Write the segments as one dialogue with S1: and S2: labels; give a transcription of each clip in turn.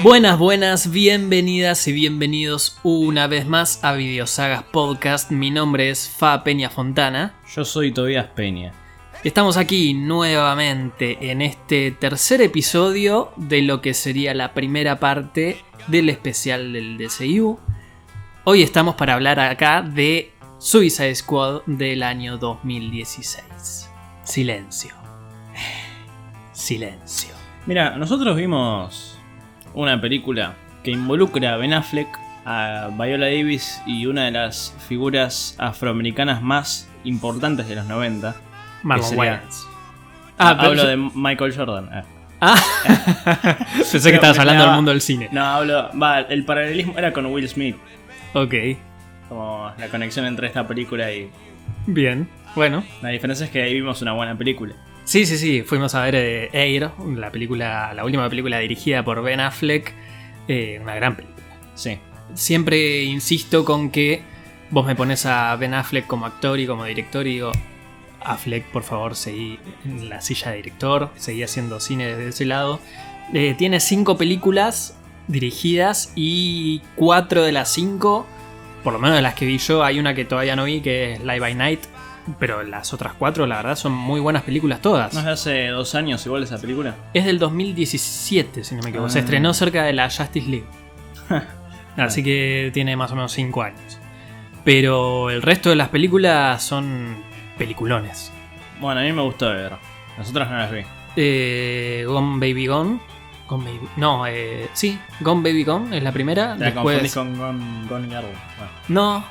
S1: Buenas, buenas, bienvenidas y bienvenidos una vez más a Videosagas Podcast. Mi nombre es Fa Peña Fontana.
S2: Yo soy Tobias Peña.
S1: Estamos aquí nuevamente en este tercer episodio de lo que sería la primera parte del especial del DCU. Hoy estamos para hablar acá de Suicide Squad del año 2016. Silencio. Silencio.
S2: Mira, nosotros vimos una película que involucra a Ben Affleck, a Viola Davis y una de las figuras afroamericanas más importantes de los 90.
S1: Marlon
S2: sería?
S1: Wayans.
S2: Ah,
S1: pero
S2: hablo
S1: yo-
S2: de Michael Jordan. Ah.
S1: Ah. Pensé que
S2: Pero
S1: estabas
S2: me
S1: hablando del
S2: daba-
S1: mundo del cine.
S2: No, hablo. Va, el paralelismo era con Will Smith.
S1: Ok,
S2: Como la conexión entre esta película y.
S1: bien. Bueno.
S2: La diferencia es que ahí vimos una buena película.
S1: Sí, sí, sí. Fuimos a ver eh, Air, la película, la última película dirigida por Ben Affleck. Eh, una gran película.
S2: Sí.
S1: Siempre insisto con que vos me pones a Ben Affleck como actor y como director y digo, Affleck, por favor, seguí en la silla de director, seguí haciendo cine desde ese lado. Eh, tiene cinco películas dirigidas y cuatro de las cinco, por lo menos de las que vi yo, hay una que todavía no vi que es Live by Night, pero las otras cuatro, la verdad, son muy buenas películas todas.
S2: ¿No es de hace dos años igual esa película?
S1: Es del 2017, si no me equivoco. Se
S2: Ah.
S1: estrenó cerca de la Justice League. Así que tiene más o menos 5 años. Pero el resto de las películas son peliculones.
S2: Bueno, a mí me gustó ver. Nosotros no las vi.
S1: Eh, Gone Baby Gone. Gone Baby- No, eh, sí, Gone Baby Gone es la primera.
S2: Te la confundís
S1: después,
S2: con Gone, Gone Girl. Bueno.
S1: No,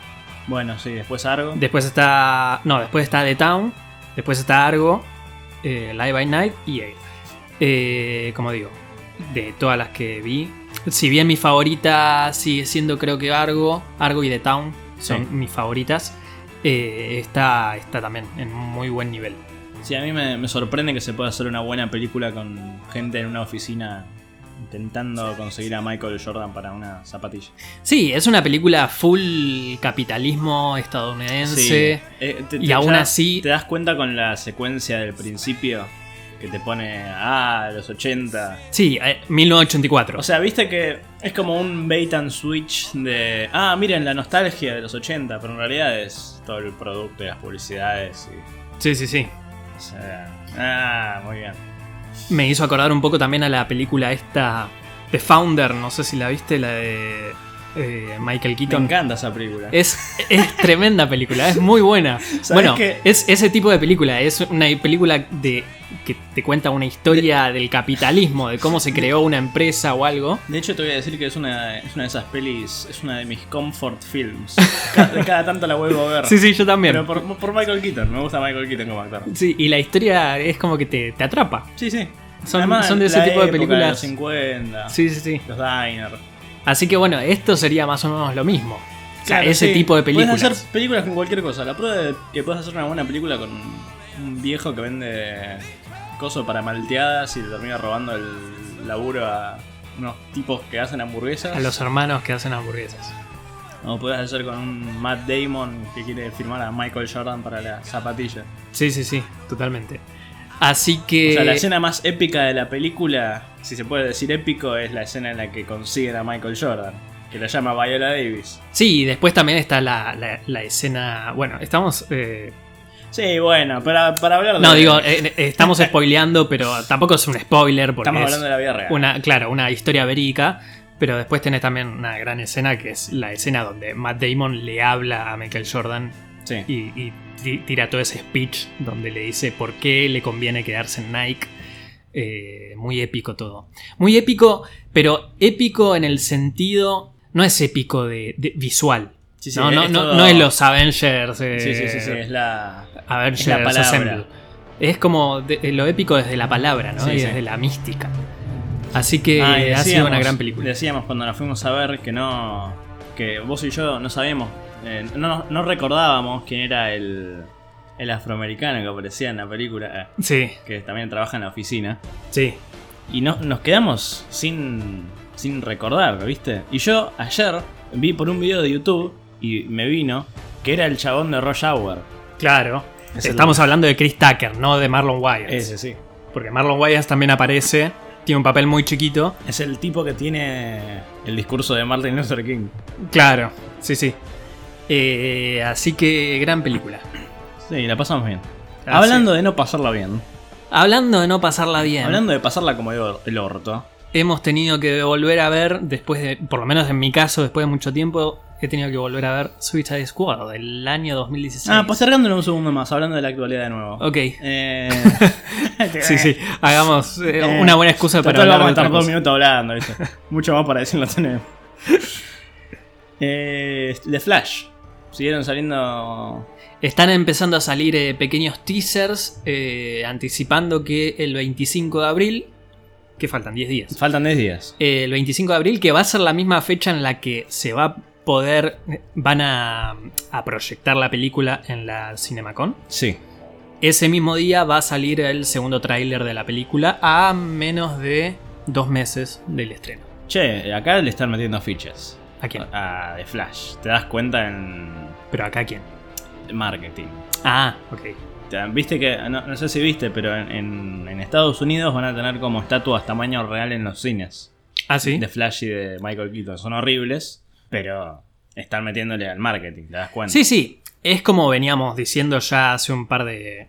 S2: Bueno, sí, después Argo.
S1: después está. No, después está The Town. Después está Argo, eh, Live by Night y Air. Eh, como digo, de todas las que vi. Si bien mi favorita sigue siendo creo que Argo, Argo y The Town son
S2: Sí.
S1: mis favoritas, eh, está, está también en muy buen nivel.
S2: Sí, a mí me, me sorprende que se pueda hacer una buena película con gente en una oficina intentando conseguir a Michael Jordan para una zapatilla.
S1: Sí, es una película full capitalismo estadounidense.
S2: Eh, te-
S1: y
S2: te-
S1: aún
S2: ya
S1: así-
S2: Te das cuenta con la secuencia del principio que te pone. Ah, los 80.
S1: Sí, eh, 1984.
S2: O sea, viste que es como un bait and switch de. Ah, miren la nostalgia de los 80, pero en realidad es todo el producto y las publicidades. Y,
S1: sí, sí, sí.
S2: o sea, ah, muy bien.
S1: Me hizo acordar un poco también a la película esta The Founder, no sé si la viste, la de eh, Michael
S2: Me
S1: Keaton.
S2: encanta esa película.
S1: Es, es tremenda película, es muy buena. Bueno,
S2: qué?
S1: es ese tipo de película, es una película de que te cuenta una historia del capitalismo, de cómo se creó una empresa o algo.
S2: De hecho, te voy a decir que es una, es una de esas pelis, es una de mis comfort films. Cada, cada tanto la vuelvo a ver.
S1: Sí, sí, yo también.
S2: Pero por, por Michael Keaton, me gusta Michael Keaton como actor.
S1: Sí, y la historia es como que te, te atrapa.
S2: Sí, sí.
S1: Son- son de ese
S2: la
S1: tipo de
S2: época
S1: películas.
S2: Los 50,
S1: Sí, sí, sí.
S2: los Diner.
S1: Así que bueno, esto sería más o menos lo mismo. O sea,
S2: Claro,
S1: ese
S2: sí.
S1: tipo de películas.
S2: Puedes hacer películas con cualquier cosa. La prueba de que puedes hacer una buena película con un viejo que vende coso para malteadas y le termina robando el laburo a unos tipos que hacen hamburguesas.
S1: A los hermanos que hacen hamburguesas.
S2: O puedes hacer con un Matt Damon que quiere firmar a Michael Jordan para la zapatilla.
S1: Sí, sí, sí, totalmente. Así que.
S2: O sea, la escena más épica de la película, si se puede decir épico, es la escena en la que consiguen a Michael Jordan, que la llama Viola Davis.
S1: Sí, y después también está la, la- la escena. Bueno, estamos. eh,
S2: Sí, bueno, para, para hablar de.
S1: no, digo, eh, eh, estamos spoileando, pero tampoco es un spoiler porque
S2: Estamos
S1: es
S2: hablando de la vida real.
S1: una, claro, una historia verídica. Pero después tenés también una gran escena que es la escena donde Matt Damon le habla a Michael Jordan
S2: Sí.
S1: y, y ti- tira todo ese speech donde le dice por qué le conviene quedarse en Nike. Eh, muy épico todo. Muy épico, pero épico en el sentido. No es épico de, de- visual.
S2: Sí, sí,
S1: no,
S2: es
S1: no, no,
S2: todo-
S1: no es los Avengers. eh,
S2: Sí, sí, sí, sí, es la.
S1: Avengers
S2: es la palabra.
S1: Assemble. Es como de- eh, lo épico desde la palabra, ¿no?
S2: Sí,
S1: y
S2: sí.
S1: desde la mística. Así que
S2: Ah, y
S1: ha sido
S2: decíamos-
S1: una gran película.
S2: Decíamos cuando la fuimos a ver que no. que vos y yo no sabíamos. eh, no, no recordábamos quién era el. el afroamericano que aparecía en la película. eh,
S1: Sí,
S2: que también trabaja en la oficina.
S1: sí.
S2: Y no, nos quedamos sin, sin recordar, ¿viste? Y yo ayer vi por un video de YouTube y me vino que era el chabón de Rush Hour.
S1: Claro.
S2: Es el-
S1: Estamos hablando de Chris Tucker, no de Marlon Wyatt.
S2: Ese sí.
S1: Porque Marlon Wayans también aparece tiene un papel muy chiquito.
S2: Es el tipo que tiene el discurso de Martin Luther King.
S1: Claro, sí, sí. Eh, así que gran película.
S2: Sí, la pasamos bien.
S1: Ah,
S2: Hablando de no pasarla bien.
S1: Hablando de no pasarla bien,
S2: Hablando de pasarla como el or- el orto.
S1: hemos tenido que volver a ver, después de, por lo menos en mi caso, después de mucho tiempo, he tenido que volver a ver Suicide Squad del año 2016.
S2: Ah, postergándolo un segundo más, hablando de la actualidad de nuevo.
S1: Ok.
S2: Eh...
S1: Sí, sí, hagamos eh,
S2: Eh,
S1: una buena excusa para
S2: Total,
S1: hablar
S2: vamos
S1: de
S2: a estar
S1: otra
S2: dos
S1: cosa.
S2: minutos hablando, ¿viste? Mucho más para decir no tenemos. Eh, The Flash. Siguieron saliendo.
S1: Están empezando a salir eh, pequeños teasers eh, anticipando que el 25 de abril, que faltan 10 días,
S2: Faltan 10 días.
S1: Eh, el 25 de abril, que va a ser la misma fecha en la que se va a poder, van a, a proyectar la película en la Cinemacon.
S2: Sí.
S1: Ese mismo día va a salir el segundo tráiler de la película a menos de dos meses del estreno.
S2: Che, acá le están metiendo fichas.
S1: ¿A quién?
S2: A The Flash. Te das cuenta en
S1: ¿Pero acá quién?
S2: marketing.
S1: Ah, ok.
S2: Te- Viste que, no, no sé si viste, pero en, en- en Estados Unidos van a tener como estatuas tamaño real en los cines.
S1: Ah, sí.
S2: De Flash y de Michael Keaton. Son horribles, pero están metiéndole al marketing, te das cuenta.
S1: Sí, sí. Es como veníamos diciendo ya hace un par de.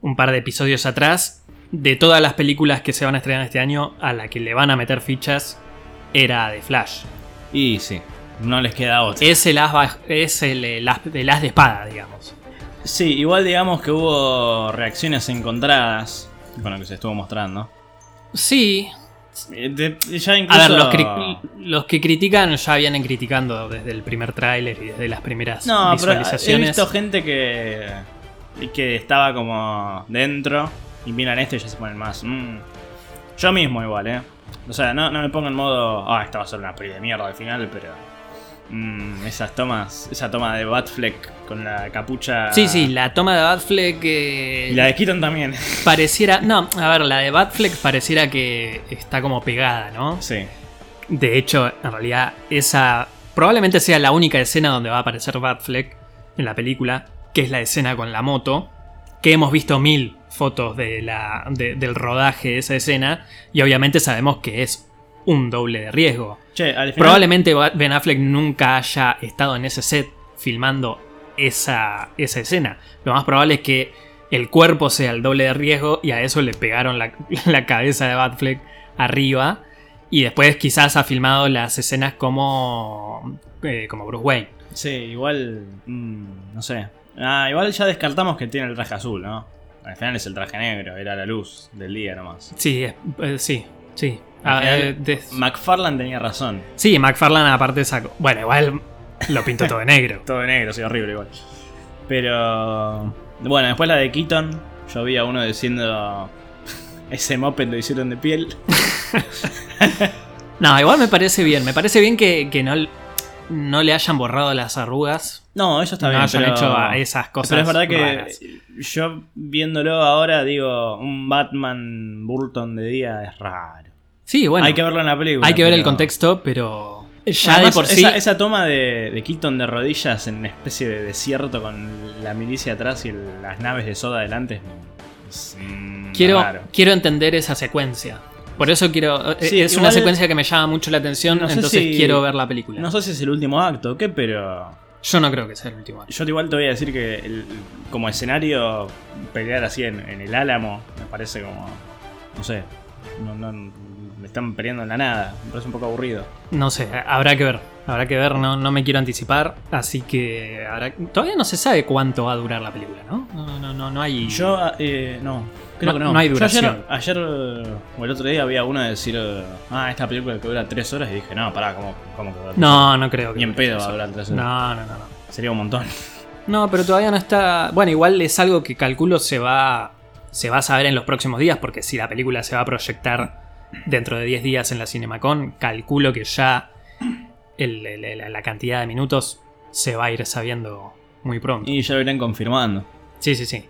S1: un par de episodios atrás. De todas las películas que se van a estrenar este año, a la que le van a meter fichas, era de Flash.
S2: Y sí, no les queda otra. Eh,
S1: Es el as, baj- es el, el as- el as de espada, digamos.
S2: Sí, igual digamos que hubo reacciones encontradas con lo que se estuvo mostrando.
S1: Sí.
S2: Eh, de- ya
S1: A
S2: incluso...
S1: ver, los, cri- los que critican ya vienen criticando desde el primer tráiler y desde las primeras
S2: No, pero he
S1: visualizaciones.
S2: visto gente que, que estaba como dentro y miran esto y ya se ponen más. mm. Yo mismo igual, ¿eh? O sea, no, no me pongo en modo, ah, esta va a ser una peli de mierda al final, pero... mm, esas tomas, esa toma de Batfleck con la capucha...
S1: Sí, sí, la toma de Batfleck eh,
S2: Y la de Keaton también.
S1: pareciera. No, a ver, la de Batfleck pareciera que está como pegada, ¿no?
S2: sí.
S1: De hecho, en realidad, esa probablemente sea la única escena donde va a aparecer Batfleck en la película, que es la escena con la moto, que hemos visto mil fotos de la, de- del rodaje de esa escena, y obviamente sabemos que es un doble de riesgo.
S2: Che, al final...
S1: Probablemente Ba- Ben Affleck nunca haya estado en ese set filmando esa, esa escena. Lo más probable es que el cuerpo sea el doble de riesgo y a eso le pegaron la, la cabeza de Batfleck arriba. Y después quizás ha filmado las escenas como, eh, como Bruce Wayne.
S2: Sí, igual. mm, no sé. Ah, igual ya descartamos que tiene el traje azul, ¿no? Al final es el traje negro, era la luz del día nomás.
S1: Sí, eh, eh, sí, sí. Ah, eh, des-
S2: McFarlane tenía razón.
S1: sí, McFarlane aparte sacó. Bueno, igual lo pintó todo de negro.
S2: Todo de negro, sí, horrible igual. Pero. Bueno, después la de Keaton, yo vi a uno diciendo. Ese moped lo hicieron de piel.
S1: No, igual me parece bien. Me parece bien que, que no, no le hayan borrado las arrugas.
S2: No, eso está
S1: no
S2: bien.
S1: hayan
S2: pero-
S1: hecho a esas cosas.
S2: Pero es verdad que
S1: raras.
S2: yo viéndolo ahora digo, un Batman Burton de día es raro.
S1: Sí, bueno.
S2: hay que verlo en la película.
S1: ver el
S2: pero-
S1: contexto, pero. Ya
S2: Además,
S1: de por sí.
S2: Esa, esa toma de, de Keaton de rodillas en una especie de desierto con la milicia atrás y el- las naves de soda adelante es. mm,
S1: quiero,
S2: raro.
S1: quiero entender esa secuencia. Por eso quiero. eh,
S2: Sí,
S1: es
S2: igual-
S1: una secuencia que me llama mucho la atención,
S2: No sé
S1: entonces
S2: si-
S1: quiero ver la película.
S2: No sé si es el último acto o qué, pero.
S1: Yo no creo que sea el último.
S2: Yo te igual te voy a decir que el- como escenario, pelear así en, en el álamo, me parece como. No sé. No, no- me están peleando en la nada. Me parece un poco aburrido.
S1: No sé, habrá que ver. Habrá que ver, no, no me quiero anticipar. Así que. habrá- Todavía no se sabe cuánto va a durar la película, ¿no? No, no, no, no hay.
S2: Yo, eh, no. Creo
S1: No-
S2: que no.
S1: no hay
S2: Yo
S1: duración.
S2: ayer, ayer, eh, o el otro día había uno de decir, eh, ah, esta película que dura 3 horas y dije, no, pará, ¿cómo, cómo que dura tres horas?
S1: No, no creo que.
S2: Ni en
S1: dure
S2: pedo va
S1: eso.
S2: a durar 3 horas.
S1: No, no, no, no.
S2: Sería un montón.
S1: No, pero todavía no está. Bueno, igual es algo que calculo se va. se va a saber en los próximos días, porque si la película se va a proyectar dentro de 10 días en la Cinemacon, calculo que ya el- el- el- la cantidad de minutos se va a ir sabiendo muy pronto.
S2: Y ya lo irán confirmando.
S1: Sí, sí, sí.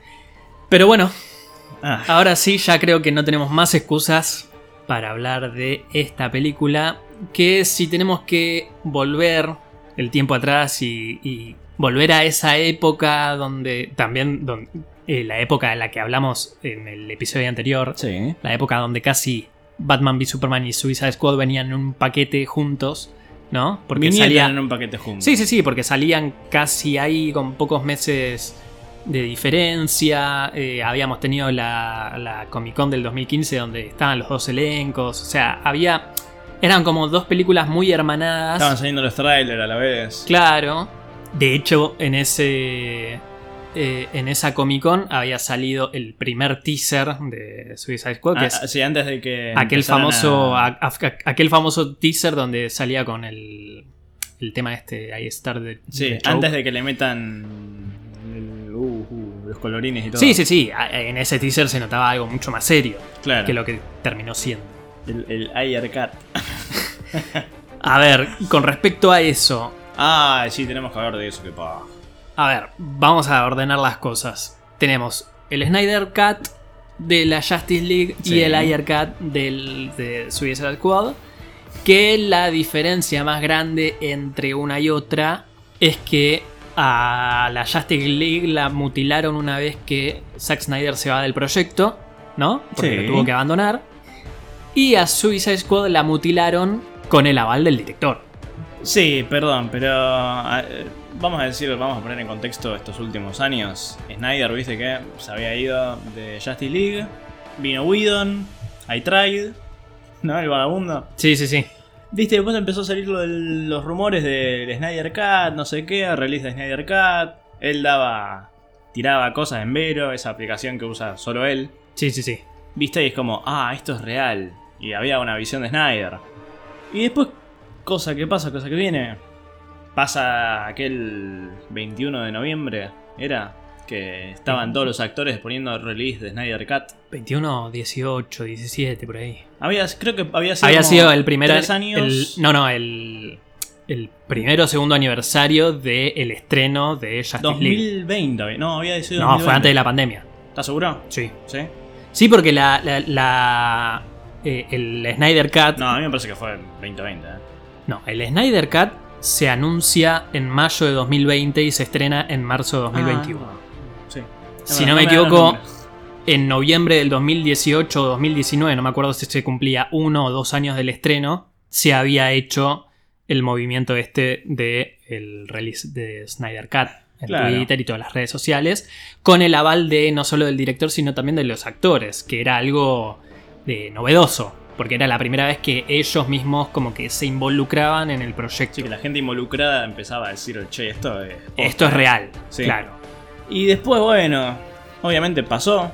S1: Pero bueno,
S2: Ah,
S1: ahora sí, ya creo que no tenemos más excusas para hablar de esta película. Que si tenemos que volver el tiempo atrás y, y volver a esa época donde también don- eh, la época de la que hablamos en el episodio anterior,
S2: sí.
S1: la época donde casi Batman v Superman y Suicide Squad venían en un paquete juntos, ¿no? Porque
S2: Vinieron
S1: salía,
S2: en un paquete juntos.
S1: Sí, sí, sí, porque salían casi ahí con pocos meses de diferencia. eh, habíamos tenido la, la Comic Con del 2015 donde estaban los dos elencos. O sea, había. Eran como dos películas muy hermanadas.
S2: Estaban saliendo los trailers a la vez.
S1: Ah, Claro. De hecho, en ese. eh, en esa Comic Con había salido el primer teaser de Suicide Squad, que
S2: Ah,
S1: es
S2: sí, antes de que.
S1: aquel
S2: empezaran
S1: famoso,
S2: a-
S1: a- a- aquel famoso teaser donde salía con el, el tema este I Started.
S2: Sí, antes de que le metan. el- uh, uh, los colorines y todo.
S1: Sí, sí, sí. a- En ese teaser se notaba algo mucho más serio
S2: Claro.
S1: que lo que terminó siendo.
S2: El, el Ayer Cat.
S1: A ver, con respecto a eso,
S2: Ah, sí, tenemos que hablar de eso, que pa.
S1: a ver, vamos a ordenar las cosas. Tenemos el Snyder Cut de la Justice League
S2: Sí.
S1: y el Ayer Cut del, de Suicide Squad. Que la diferencia más grande entre una y otra es que a la Justice League la mutilaron una vez que Zack Snyder se va del proyecto, ¿no? Porque
S2: Sí.
S1: lo tuvo que abandonar. Y a Suicide Squad la mutilaron con el aval del director.
S2: Sí, perdón, pero. ah, eh, Vamos a decir, vamos a poner en contexto estos últimos años. Snyder, viste que se había ido de Justice League. Vino Whedon. I tried. ¿No? El vagabundo.
S1: Sí, sí, sí.
S2: Viste, después empezó a salir lo del- los rumores del Snyder Cut, no sé qué, release de Snyder Cut. Él daba. tiraba cosas en Vero, esa aplicación que usa solo él.
S1: Sí, sí, sí.
S2: Viste, y es como, ah, esto es real. Y había una visión de Snyder. Y después, cosa que pasa, cosa que viene. Pasa aquel 21 de noviembre, era, que estaban todos los actores poniendo el release de Snyder Cut.
S1: 21, 18, 17, por ahí.
S2: Había, creo que había sido.
S1: Había
S2: como
S1: sido el primer.
S2: tres años.
S1: el- no, no, el. El primero o segundo aniversario del estreno de Justice League.
S2: 2020, había- no, había sido.
S1: No, fue antes de la pandemia.
S2: ¿Estás seguro?
S1: Sí.
S2: ¿Sí?
S1: Sí, porque la. la- la- eh, el Snyder Cut.
S2: No, a mí me parece que fue 2020. eh.
S1: no, el Snyder Cut se anuncia en mayo de 2020 y se estrena en marzo de
S2: Ah,
S1: 2021.
S2: Sí.
S1: Si
S2: Es
S1: no me
S2: verdad, dan
S1: equivoco,
S2: nombres.
S1: en noviembre del 2018 o 2019, no me acuerdo si se cumplía uno o dos años del estreno, se había hecho el movimiento este de el release de Snyder Cut en
S2: Claro.
S1: Twitter y todas las redes sociales, con el aval de no solo del director, sino también de los actores, que era algo de novedoso, porque era la primera vez que ellos mismos como que se involucraban en el proyecto.
S2: Sí, que la gente involucrada empezaba a decir, che, esto es. posta".
S1: Esto es real,
S2: Sí.
S1: claro.
S2: Y después, bueno, obviamente pasó,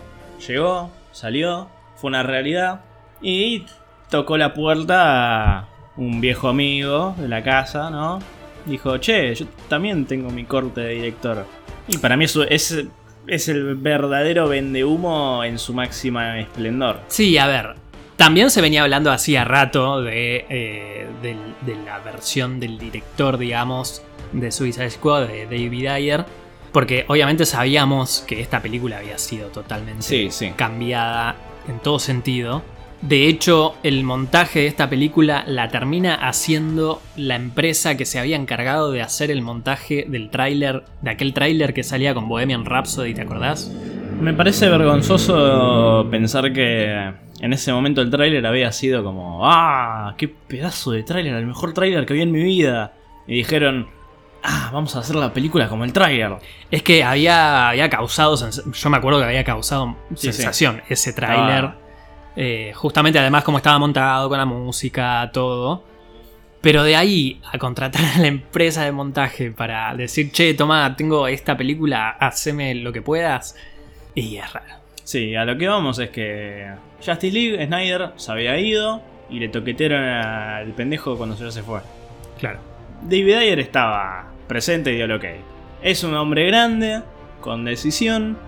S2: llegó, salió, fue una realidad. Y tocó la puerta a un viejo amigo de la casa, ¿no? Dijo, che, yo también tengo mi corte de director. Y para mí eso es, es el verdadero vendehumo en su máxima esplendor.
S1: Sí, a ver. También se venía hablando hacía rato de, eh, del- de la versión del director, digamos, de Suicide Squad, de David Ayer. Porque obviamente sabíamos que esta película había sido totalmente
S2: sí.
S1: cambiada en todo sentido. De hecho, el montaje de esta película la termina haciendo la empresa que se había encargado de hacer el montaje del tráiler, de aquel tráiler que salía con Bohemian Rhapsody, ¿te acordás?
S2: Me parece vergonzoso pensar que en ese momento el tráiler había sido como, ah, qué pedazo de tráiler, el mejor tráiler que vi en mi vida. Y dijeron, ah, vamos a hacer la película como el tráiler.
S1: Es que había, había causado, sens- yo me acuerdo que había causado
S2: Sí,
S1: sensación ese tráiler.
S2: Ah.
S1: Eh, justamente además como estaba montado con la música, todo. Pero de ahí a contratar a la empresa de montaje para decir, che, toma, tengo esta película, haceme lo que puedas. Y es raro.
S2: Sí, a lo que vamos es que Justice League, Snyder se había ido y le toquetearon al pendejo cuando ya se fue.
S1: Claro.
S2: David Ayer estaba presente y dio lo que Es un hombre grande, con decisión.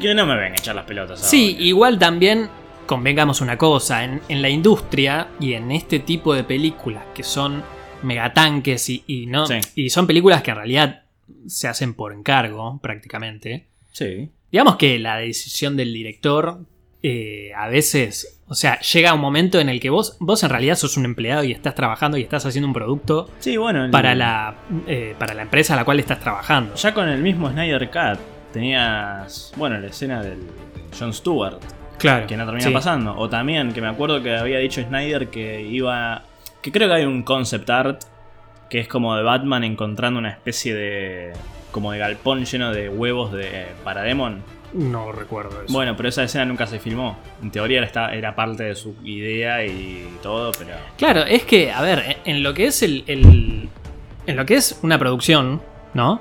S2: Yo no me ven a echar las pelotas.
S1: Sí,
S2: ahora.
S1: igual también convengamos una cosa, en, en la industria y en este tipo de películas que son megatanques y, y no
S2: Sí.
S1: y son películas que en realidad se hacen por encargo prácticamente.
S2: Sí.
S1: Digamos que la decisión del director eh, a veces, o sea, llega un momento en el que vos, vos en realidad sos un empleado y estás trabajando y estás haciendo un producto
S2: Sí, bueno. el-
S1: para la, eh, para la empresa a la cual estás trabajando.
S2: Ya con el mismo Snyder Cut tenías, bueno, la escena del John Stewart.
S1: Claro.
S2: que no termina
S1: sí.
S2: pasando. O también, que me acuerdo que había dicho Snyder que iba. que creo que hay un concept art que es como de Batman encontrando una especie de. como de galpón lleno de huevos de Parademon.
S1: No recuerdo eso.
S2: Bueno, pero esa escena nunca se filmó. En teoría era, esta- era parte de su idea y todo, pero.
S1: Claro, es que, a ver, e, en lo que es el. el- en lo que es una producción, ¿no?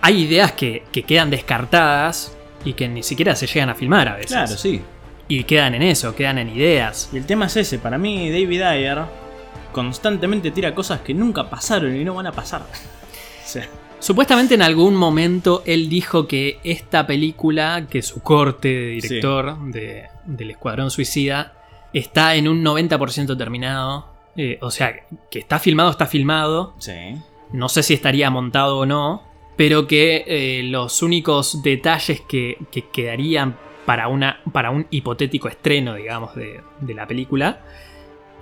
S1: Hay ideas que, que quedan descartadas y que ni siquiera se llegan a filmar a veces.
S2: Claro, sí.
S1: Y quedan en eso, quedan en ideas.
S2: Y el tema es ese, para mí David Ayer constantemente tira cosas que nunca pasaron y no van a pasar. O sea,
S1: Supuestamente en algún momento él dijo que esta película, que su corte de director de- del Escuadrón Suicida, está en un 90% terminado. Eh, o sea, que está filmado, está filmado.
S2: sí.
S1: no sé si estaría montado o no, pero que eh, los únicos detalles que, que quedarían para, una, para un hipotético estreno, digamos, de, de la película,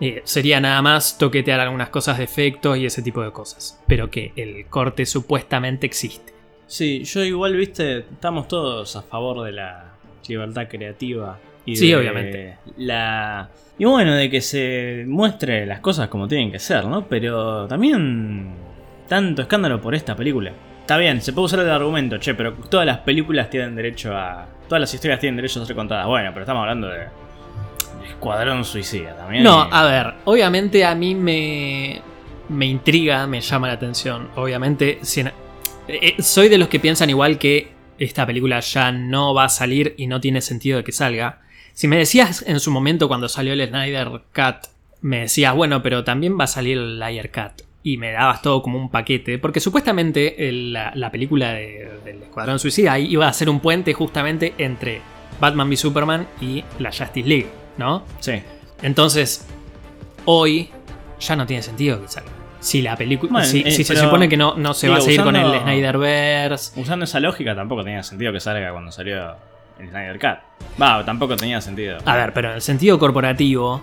S1: eh, sería nada más toquetear algunas cosas de efectos y ese tipo de cosas, pero que el corte supuestamente existe.
S2: Sí, yo igual, viste, estamos todos a favor de la libertad creativa. Y
S1: Sí,
S2: de
S1: obviamente.
S2: La... Y bueno, de que se muestre las cosas como tienen que ser, ¿no? Pero también tanto escándalo por esta película. Está bien, se puede usar el argumento, che, pero todas las películas tienen derecho a... Todas las historias tienen derecho a ser contadas. Bueno, pero estamos hablando de... de Escuadrón Suicida también. Eh,
S1: No,
S2: y-
S1: a ver, obviamente a mí me, me intriga, me llama la atención. Obviamente, si en- eh, eh, soy de los que piensan igual que esta película ya no va a salir y no tiene sentido de que salga. Si me decías en su momento cuando salió el Snyder Cut, me decías, bueno, pero también va a salir el Liar Cut. Y me dabas todo como un paquete, porque supuestamente el- la, la película de- del Escuadrón Suicida iba a ser un puente justamente entre Batman v Superman y la Justice League, ¿no?
S2: Sí.
S1: Entonces, hoy ya no tiene sentido que salga. Si la película.
S2: Bueno,
S1: si
S2: eh,
S1: si se
S2: pero-
S1: supone que no, no se va a
S2: digo,
S1: seguir con el
S2: usando-
S1: Snyderverse.
S2: Usando esa lógica tampoco tenía sentido que salga cuando salió el Snyder Cut. Va, tampoco tenía sentido.
S1: A ver, pero en el sentido corporativo.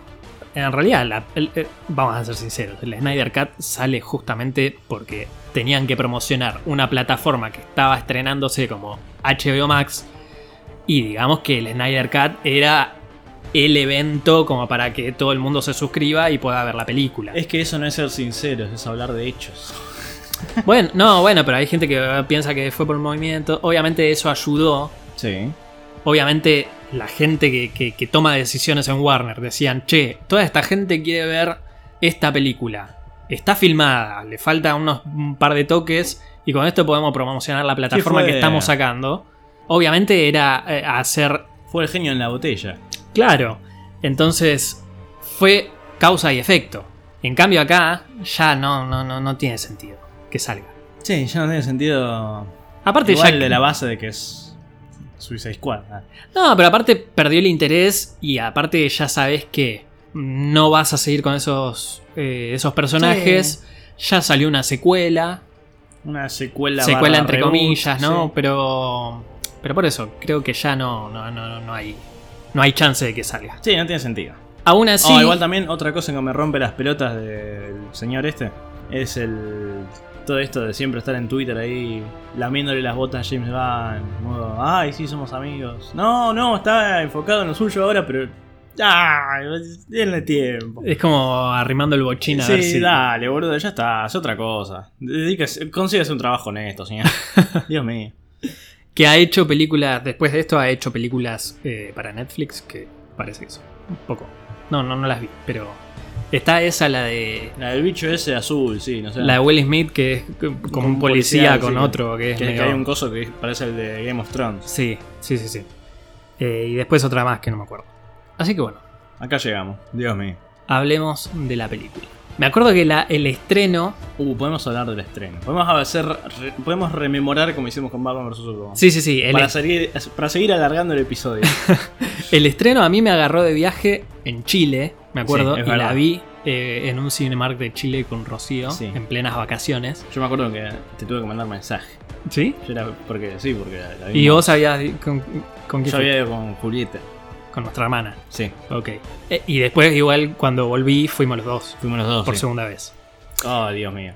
S1: En realidad, la- el- eh, vamos a ser sinceros, el Snyder Cut sale justamente porque tenían que promocionar una plataforma que estaba estrenándose como HBO Max y digamos que el Snyder Cut era el evento como para que todo el mundo se suscriba y pueda ver la película.
S2: Es que eso no es ser sinceros, es hablar de hechos.
S1: Bueno, no, bueno, pero hay gente que eh, piensa que fue por movimiento. Obviamente eso ayudó.
S2: Sí.
S1: Obviamente la gente que, que- que toma decisiones en Warner decían, che, toda esta gente quiere ver esta película. Está filmada, le falta unos un par de toques y con esto podemos promocionar la plataforma
S2: fue?
S1: que estamos sacando. Obviamente era eh, hacer...
S2: Fue el genio en la botella.
S1: Claro. Entonces fue causa y efecto. En cambio acá ya no, no, no, no tiene sentido que salga.
S2: Sí, ya no tiene sentido.
S1: Aparte
S2: Igual
S1: ya
S2: de la base de que es Suicide Squad. ah.
S1: No, pero aparte perdió el interés y aparte ya sabes que no vas a seguir con esos, eh, esos personajes. Ya salió una secuela.
S2: Una secuela.
S1: secuela
S2: barra
S1: entre
S2: reboot,
S1: comillas, ¿no?
S2: sí.
S1: Pero. Pero por eso, creo que ya no, no, no, no hay. No hay chance de que salga.
S2: Sí, no tiene sentido.
S1: Aún así.
S2: Oh, igual también otra cosa que me rompe las pelotas del señor este es el todo esto de siempre estar en Twitter ahí lamiéndole las botas a James Gunn, modo, ay, sí somos amigos. No, no, está enfocado en lo suyo ahora, pero ay, denle tiempo.
S1: es como arrimando el bochín a
S2: sí,
S1: ver si.
S2: dale, boludo, ya está, es otra cosa. Dedíquese, consíguese un trabajo honesto, señor. Dios mío.
S1: Que ha hecho películas. Después de esto ha hecho películas eh, para Netflix. Que parece que son. Un poco. No, no, no las vi. Pero. Está esa la de.
S2: La del bicho ese azul, sí, no sé.
S1: La de Will Smith, que es como un policía, con
S2: sí,
S1: otro, que es
S2: que, que
S1: medio-
S2: hay un coso que parece el de Game of Thrones.
S1: Sí, sí, sí, sí. Eh, y después otra más que no me acuerdo. Así que bueno,
S2: Acá llegamos. Dios mío.
S1: hablemos de la película. Me acuerdo que la- el estreno...
S2: Uh, podemos hablar del estreno. Podemos hacer, re- podemos rememorar como hicimos con Batman vs Superman.
S1: Sí, sí, sí. El,
S2: para, seguir, para seguir alargando el episodio.
S1: el estreno a mí me agarró de viaje en Chile, me acuerdo,
S2: Sí, es
S1: y la
S2: verdad.
S1: vi eh, en un Cinemark de Chile con Rocío,
S2: Sí.
S1: en plenas vacaciones.
S2: Yo me acuerdo que te tuve que mandar mensaje.
S1: ¿Sí?
S2: Yo era porque sí, porque la la
S1: Y
S2: vimos.
S1: vos habías... ¿Con, con quién
S2: Yo
S1: fue?
S2: había ido con Julieta.
S1: Con nuestra hermana.
S2: Sí,
S1: Ok. Eh, y después igual cuando volví fuimos los dos,
S2: fuimos los dos.
S1: por
S2: sí.
S1: segunda vez.
S2: Oh, Dios mío.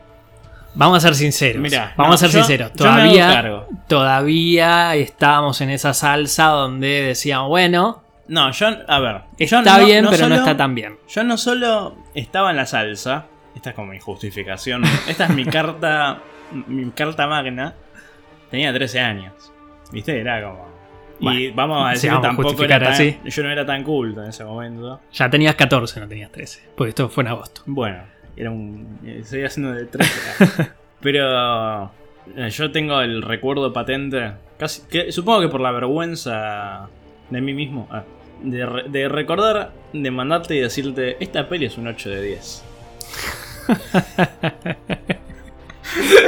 S1: Vamos a ser sinceros.
S2: Mirá,
S1: vamos
S2: no,
S1: a ser
S2: yo-
S1: sinceros.
S2: yo me hago
S1: Todavía,
S2: cargo.
S1: todavía estábamos en esa salsa donde decíamos, bueno,
S2: No, John, a ver.
S1: Está
S2: John no-
S1: bien, pero
S2: solo-
S1: no está tan bien.
S2: John no solo estaba en la salsa. Esta es como mi justificación. Esta es mi carta. mi carta magna. Tenía 13 años. ¿Viste? Era como. y
S1: Bueno,
S2: vamos a
S1: si
S2: decir,
S1: vamos a
S2: tampoco
S1: justificar
S2: era tan,
S1: así.
S2: yo no era tan culto en ese momento.
S1: Ya tenías 14, no tenías 13. Porque esto fue en agosto.
S2: Bueno, era un. eh, Seguía haciendo de 13. Pero. eh, Yo tengo el recuerdo patente. Casi, que, supongo que por la vergüenza de mí mismo. ah, de, re- de recordar, de mandarte y decirte: Esta peli es un 8 de 10.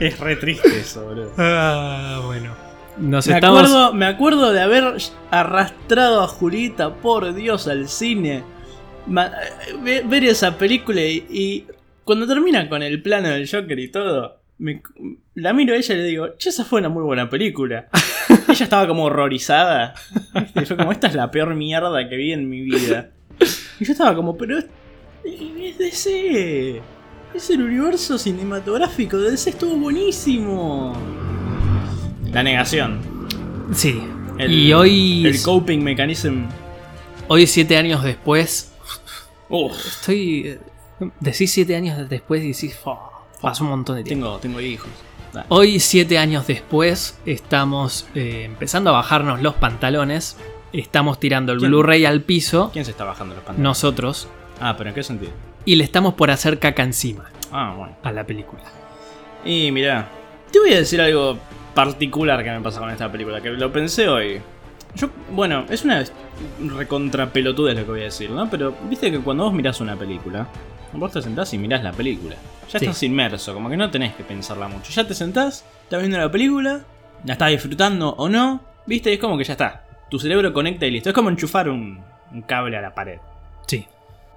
S2: es re triste eso, boludo.
S1: Ah, bueno. Nos
S2: Me
S1: estamos.
S2: acuerdo, me acuerdo de haber arrastrado a Julita, por Dios, al cine. Ma- ve- ver esa película y, y cuando termina con el plano del Joker y todo, me- la miro a ella y le digo, che, esa fue una muy buena película. ella estaba como horrorizada. ¿viste? Yo como, esta es la peor mierda que vi en mi vida. Y yo estaba como, pero es, es DC. Es el universo cinematográfico de DC, estuvo buenísimo. La negación.
S1: Sí.
S2: El-
S1: y hoy.
S2: El coping mechanism.
S1: Hoy, siete años después.
S2: Uf,
S1: Estoy. Decís siete años después y decís. "Fo, pasó un montón de tiempo.
S2: tengo, tengo hijos. Ah,
S1: Hoy, siete años después, estamos eh, empezando a bajarnos los pantalones. Estamos tirando el
S2: ¿Quién?
S1: Blu-ray al piso,
S2: ¿Quién se está bajando los pantalones?
S1: nosotros,
S2: Ah, pero ¿en qué sentido?
S1: y le estamos por hacer caca encima
S2: Ah, bueno.
S1: a la película.
S2: Y mirá, te voy a decir algo particular que me pasa con esta película, que lo pensé hoy. Yo, bueno, es una recontrapelotuda es lo que voy a decir, ¿no? Pero viste que cuando vos mirás una película, vos te sentás y mirás la película. Ya
S1: Sí.
S2: estás inmerso, como que no tenés que pensarla mucho. Ya te sentás, estás viendo la película, la estás disfrutando o no, viste, y es como que ya está. Tu cerebro conecta y listo. Es como enchufar un- un cable a la pared.
S1: Sí.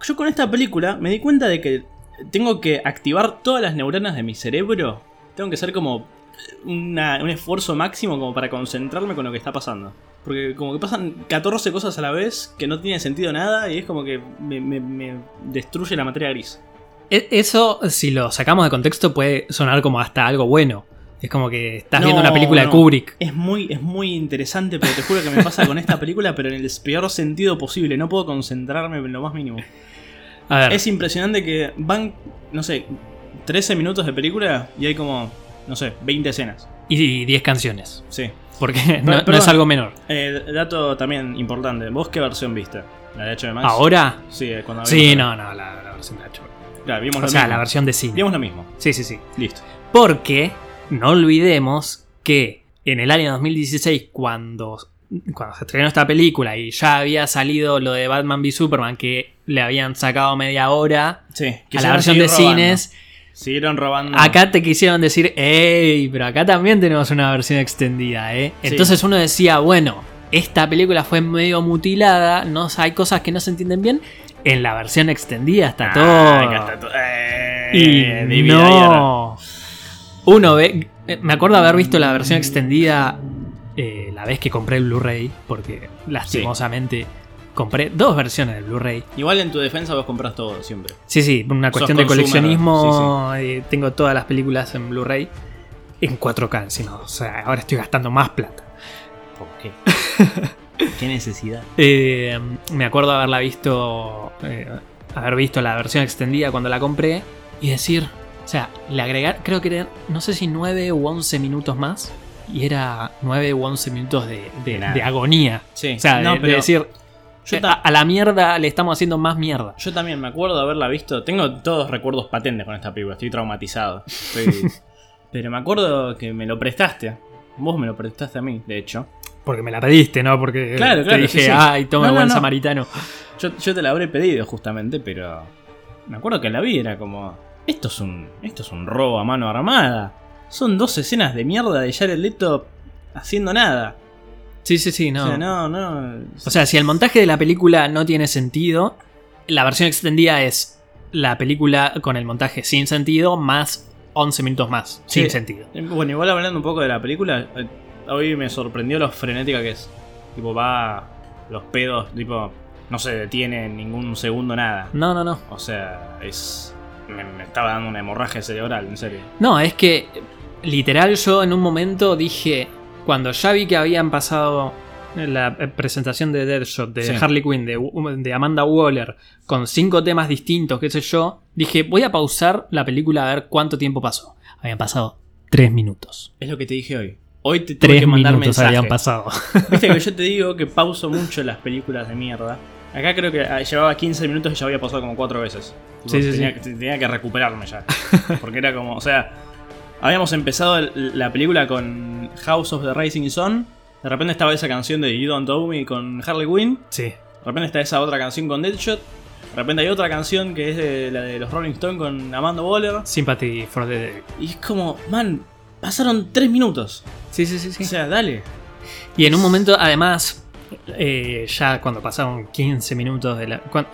S2: Yo con esta película me di cuenta de que tengo que activar todas las neuronas de mi cerebro. Tengo que hacer como eh, una- un esfuerzo máximo como para concentrarme con lo que está pasando. Porque como que pasan 14 cosas a la vez que no tienen sentido nada y es como que me, me- me destruye la materia gris.
S1: E- Eso, si lo sacamos de contexto, puede sonar como hasta algo bueno. Es como que estás
S2: No,
S1: viendo una película
S2: no.
S1: de Kubrick.
S2: Es muy, es muy interesante, pero te juro que me pasa con esta película, pero en el peor sentido posible. No puedo concentrarme en lo más mínimo.
S1: A ver,
S2: Es impresionante que van, no sé, 13 minutos de película y hay como, no sé, 20 escenas.
S1: y 10 canciones.
S2: Sí.
S1: Porque no, no es
S2: perdón.
S1: algo menor.
S2: Eh, dato también importante, ¿vos qué versión viste? ¿La de HBO Max?
S1: ¿Ahora?
S2: Sí, eh, cuando
S1: Ah, Sí,
S2: la-
S1: no, no, la, la versión de HBO.
S2: Claro, vimos
S1: O
S2: lo
S1: sea,
S2: mismo.
S1: la versión de cine.
S2: Vimos lo mismo.
S1: Sí, sí, sí.
S2: Listo.
S1: Porque no olvidemos que en el año 2016, cuando, cuando se estrenó esta película y ya había salido lo de Batman v Superman, que le habían sacado media hora
S2: Sí.
S1: a la versión de cines,
S2: Siguieron robando.
S1: acá te quisieron decir, hey, pero acá también tenemos una versión extendida, ¿eh?
S2: Sí.
S1: Entonces uno decía, bueno, esta película fue medio mutilada, no, hay cosas que no se entienden bien, en la versión extendida está
S2: Ah,
S1: todo.
S2: acá está todo.
S1: Y
S2: Eh, divina y ahora.
S1: no. Uno ve. eh, Me acuerdo haber visto la versión extendida eh, la vez que compré el Blu-ray, porque lastimosamente compré dos versiones del Blu-ray.
S2: Igual en tu defensa vos compras todo siempre.
S1: Sí, sí, una
S2: Sos
S1: cuestión de
S2: consumer,
S1: coleccionismo. eh, tengo todas las películas en Blu-ray en 4K encima. O sea, ahora estoy gastando más plata.
S2: ¿Por qué? ¿Qué necesidad?
S1: Eh, me acuerdo haberla visto. eh, haber visto la versión extendida cuando la compré. Y decir. O sea, le agregar. Creo que eran. No sé si 9 u 11 minutos más. Y era 9 u 11 minutos de, de-
S2: De nada.
S1: de agonía.
S2: Sí.
S1: O sea, de-
S2: no,
S1: de,
S2: pero
S1: decir.
S2: yo
S1: eh,
S2: ta-
S1: a, a la mierda le estamos haciendo más mierda.
S2: Yo también me acuerdo de haberla visto. Tengo todos recuerdos patentes con esta película. Estoy traumatizado. Estoy- Pero me acuerdo que me lo prestaste. Vos me lo prestaste a mí, de hecho.
S1: Porque me la pediste, ¿no? Porque
S2: Claro,
S1: te
S2: claro,
S1: dije,
S2: sí, sí.
S1: ay, toma
S2: No, no,
S1: buen
S2: no.
S1: samaritano.
S2: Yo, yo te la habré pedido justamente, pero me acuerdo que la vi era como esto es un esto es un robo a mano armada. Son dos escenas de mierda de Jared Leto haciendo nada.
S1: Sí, sí, sí, no.
S2: O sea, no, no.
S1: O sea, si el montaje de la película no tiene sentido, la versión extendida es la película con el montaje sin sentido más 11 minutos más,
S2: Sí.
S1: sin sentido.
S2: Eh, Bueno, igual hablando un poco de la película, eh, hoy me sorprendió lo frenética que es. Tipo, va los pedos, tipo, no se detiene en ningún segundo nada.
S1: No, no, no.
S2: O sea, es. Me, me estaba dando una hemorragia cerebral, en serio.
S1: No, es que literal yo en un momento dije, cuando ya vi que habían pasado la eh, presentación de Deadshot, de
S3: Sí.
S1: Harley Quinn, de, de Amanda Waller, con cinco temas distintos, qué sé yo, dije, voy a pausar la película a ver cuánto tiempo pasó. Habían pasado tres minutos.
S2: Es lo que te dije hoy. Hoy te tuve
S1: Tres
S2: que mandar
S1: minutos
S2: mensaje.
S1: habían pasado.
S2: Viste que yo te digo que pauso mucho las películas de mierda. Acá creo que ah, llevaba 15 minutos y ya había pasado como cuatro veces. Tipo,
S1: Sí, sí,
S2: tenía,
S1: sí.
S2: que- tenía que recuperarme ya. Porque era como, o sea, habíamos empezado el- la película con House of the Rising Sun. De repente estaba esa canción de You Don't Owe Me con Harley Quinn.
S1: Sí.
S2: De repente está esa otra canción con Deadshot. De repente hay otra canción que es de, la de los Rolling Stones con Amanda Waller.
S1: Sympathy for the Devil.
S2: Y es como, man, pasaron 3 minutos.
S1: Sí, sí, sí, sí.
S2: O sea, dale.
S1: Y en un momento, además, eh, ya cuando pasaron 15 minutos de la. cuan-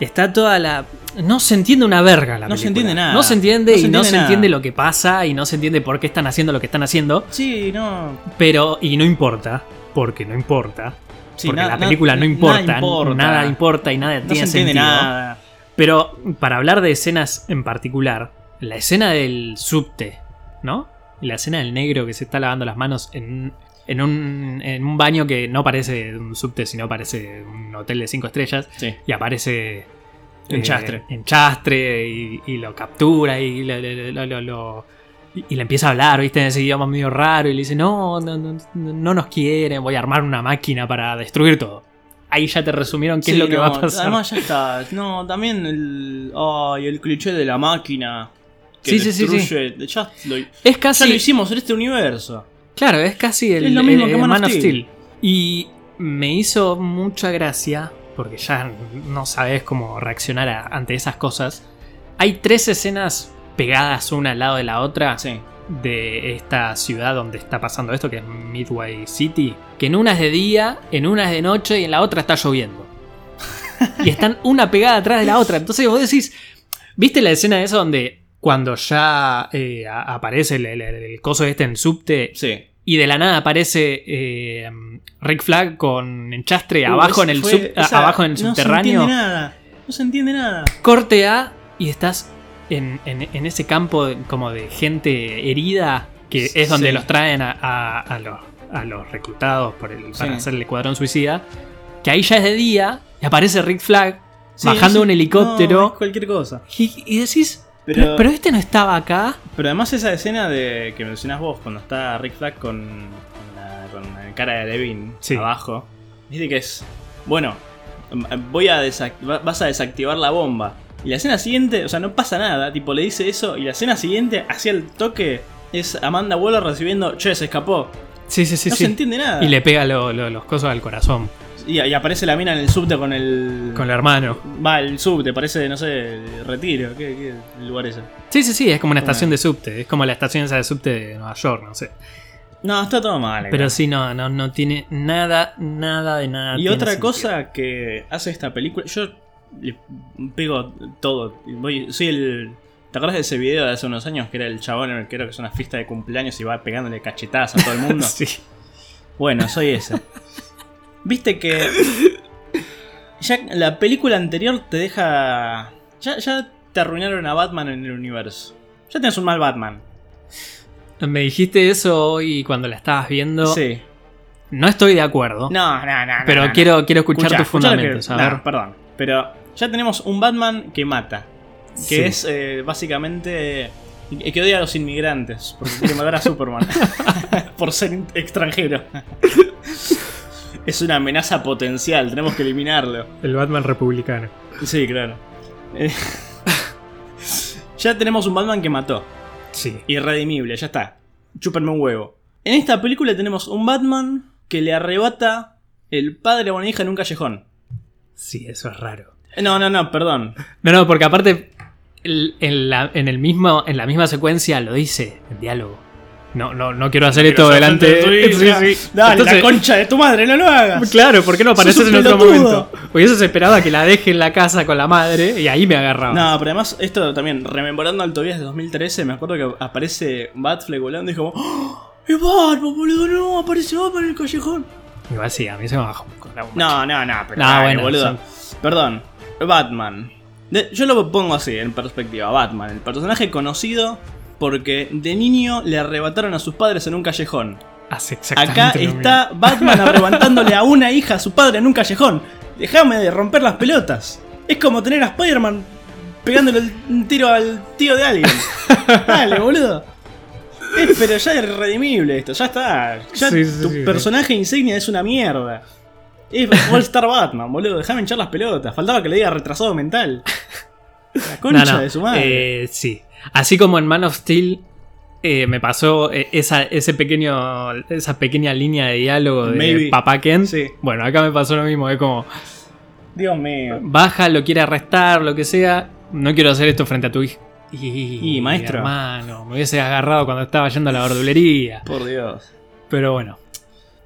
S1: está toda la. No se entiende una verga la
S2: No se
S1: película.
S2: entiende nada.
S1: No se entiende
S2: No
S1: y no
S2: se entiende
S1: se
S2: nada.
S1: entiende lo que pasa y no se entiende por qué están haciendo lo que están haciendo.
S2: Sí, no.
S1: Pero. Y no importa. Porque no importa.
S2: Sí,
S1: porque
S2: na-
S1: la
S2: na-
S1: película no importa. n-
S2: Nada
S1: Nada importa, y nada
S2: No se
S1: tiene
S2: entiende
S1: sentido.
S2: nada.
S1: Pero para hablar de escenas en particular, la escena del subte, ¿no? Y La escena del negro que se está lavando las manos en, en, un, en un baño que no parece un subte, sino parece un hotel de cinco estrellas.
S2: Sí.
S1: Y aparece. eh,
S2: En chastre.
S1: En chastre y, y lo captura y lo. lo- lo- lo- lo- y y le empieza a hablar, ¿viste? En ese idioma medio raro. Y le dice: no, no, no, no nos quieren, voy a armar una máquina para destruir todo. Ahí ya te resumieron qué
S2: Sí,
S1: es lo que
S2: no,
S1: va a pasar.
S2: Además ya está. No, también el. Ay, el cliché de la máquina. Que
S1: Sí, sí, sí, sí.
S2: destruye- Ya, lo, ya
S1: es casi.
S2: lo hicimos en este universo.
S1: Claro, es casi el,
S2: Es lo mismo
S1: el-
S2: que
S1: el
S2: Man of
S1: Man of
S2: Steel.
S1: Steel. Y me hizo mucha gracia, porque ya no sabes cómo reaccionar a- ante esas cosas. Hay tres escenas pegadas una al lado de la otra
S2: Sí.
S1: de esta ciudad donde está pasando esto, que es Midway City, que en una es de día, en una es de noche y en la otra está lloviendo. Y están una pegada atrás de la otra. Entonces vos decís, ¿viste la escena esa donde cuando ya eh, a- aparece el, el- el coso este en subte
S2: Sí.
S1: y de la nada aparece eh, Rick Flag con enchastre
S2: Uh,
S1: abajo,
S2: ese
S1: en el
S2: fue-
S1: sub- a-
S2: esa-
S1: abajo en el subterráneo?
S2: No se entiende nada. No se entiende nada.
S1: corte A y estás en, en- en ese campo de- como de gente herida, que es donde
S2: Sí.
S1: los traen a, a- a los, a los reclutados por el, para
S2: Sí.
S1: hacer el escuadrón suicida, que ahí ya es de día y aparece Rick Flag
S2: Sí,
S1: bajando
S2: no
S1: un
S2: se-
S1: helicóptero
S2: no, es cualquier cosa.
S1: y, y decís,
S2: Pero-
S1: pero, pero este no estaba acá.
S2: Pero además esa escena de que mencionás vos, cuando está Rick Flag con, con la, con la cara de Levin
S1: Sí.
S2: abajo, dice que es, bueno, voy a desac- va- vas a desactivar la bomba. Y la escena siguiente, o sea, no pasa nada, tipo le dice eso, y la escena siguiente, hacia el toque, es Amanda Waller recibiendo, che, se escapó.
S1: Sí, sí, sí,
S2: no
S1: sí.
S2: se entiende nada.
S1: Y le pega lo- lo- los cosos al corazón
S2: Y- y aparece la mina en el subte con el...
S1: con el hermano.
S2: Va, el subte, parece, no sé, retiro, ¿qué, qué lugar es ese?
S1: Sí, sí, sí, es como una estación
S2: Bueno.
S1: de subte, es como la estación esa de subte de Nueva York, no sé.
S2: No, está todo mal. acá.
S1: Pero sí, no, no, no tiene nada, nada de nada.
S2: Y
S1: tiene
S2: otra
S1: sentido.
S2: cosa que hace esta película, yo le pego todo. Voy, soy el. ¿Te acuerdas de ese video de hace unos años que era el chabón en el que era que es una fiesta de cumpleaños y va pegándole cachetadas a todo el mundo?
S1: Sí.
S2: Bueno, soy ese. Viste que. Ya la película anterior te deja. Ya, ya te arruinaron a Batman en el universo. Ya tenés un mal Batman.
S1: Me dijiste eso hoy cuando la estabas viendo.
S2: Sí.
S1: No estoy de acuerdo.
S2: No, no, no. no,
S1: pero
S2: no, no.
S1: quiero, quiero escuchar
S2: Escuchá,
S1: tus
S2: escuchá lo que-
S1: fundamentos. a
S2: nah,
S1: ver.
S2: perdón. Pero ya tenemos un Batman que mata. Que
S1: Sí.
S2: es eh, básicamente. eh, Que odia a los inmigrantes. Porque quiere matar a Superman. por ser in- extranjero. es una amenaza potencial. Tenemos que eliminarlo.
S1: El Batman republicano.
S2: Sí, claro. Eh, ya tenemos un Batman que mató.
S1: Sí.
S2: Irredimible, ya está. Chúpenme un huevo. En esta película tenemos un Batman que le arrebata el padre a una hija en un callejón. Eh,
S1: Sí, eso es raro.
S2: No, no, no, perdón.
S1: No, no, porque aparte. el- En la, en, el mismo, en la misma secuencia lo dice en diálogo. No, no, no quiero hacer esto delante.
S2: Sí,
S1: Sí, sí.
S2: Dale, la
S1: Entonces,
S2: concha de tu madre, no lo hagas.
S1: Claro, ¿por qué no apareces
S2: Sos
S1: en
S2: un
S1: otro
S2: pelotudo.
S1: momento? Hubieses esperado a que la deje en la casa con la madre y ahí me agarraba.
S2: No, pero además, esto también, rememorando al Tobias de 2013, me acuerdo que aparece Batfleck volando y es como. ¡Oh! ¡Es Batman, boludo! ¡No! ¡Aparece Batman en el callejón!
S1: Igual sí, a mí se me bajó un poco la bomba.
S2: No, no, no, pero.
S1: No,
S2: dale,
S1: Ah, bueno,
S2: boludo. Perdón, Batman. De- yo lo pongo así, en perspectiva: Batman, el personaje conocido porque de niño le arrebataron a sus padres en un callejón.
S1: Hace exactamente
S2: Acá
S1: lo mismo.
S2: está Batman arrebatándole a una hija a su padre en un callejón. Déjame de romper las pelotas. Es como tener a Spider-Man pegándole el- un tiro al tío de alguien. Dale, boludo. Es- pero ya es redimible esto, ya está. Ya
S1: Sí, sí,
S2: tu
S1: sí, sí.
S2: personaje insignia es una mierda. Es All Star Batman, boludo. Déjame hinchar las pelotas. Faltaba que le diga retrasado mental. La concha
S1: No, no,
S2: de su madre.
S1: eh, sí. Así como en Man of Steel eh, me pasó eh, esa, ese pequeño, esa pequeña línea de diálogo de
S2: Maybe.
S1: Papá Kent.
S2: Sí.
S1: Bueno, acá me pasó lo mismo. Es como,
S2: Dios mío.
S1: baja, lo quiere arrestar, lo que sea. No quiero hacer esto frente a tu hijo. Y,
S2: Y, maestro.
S1: Hermano, me hubiese agarrado cuando estaba yendo a la verdulería.
S2: Por Dios.
S1: Pero bueno.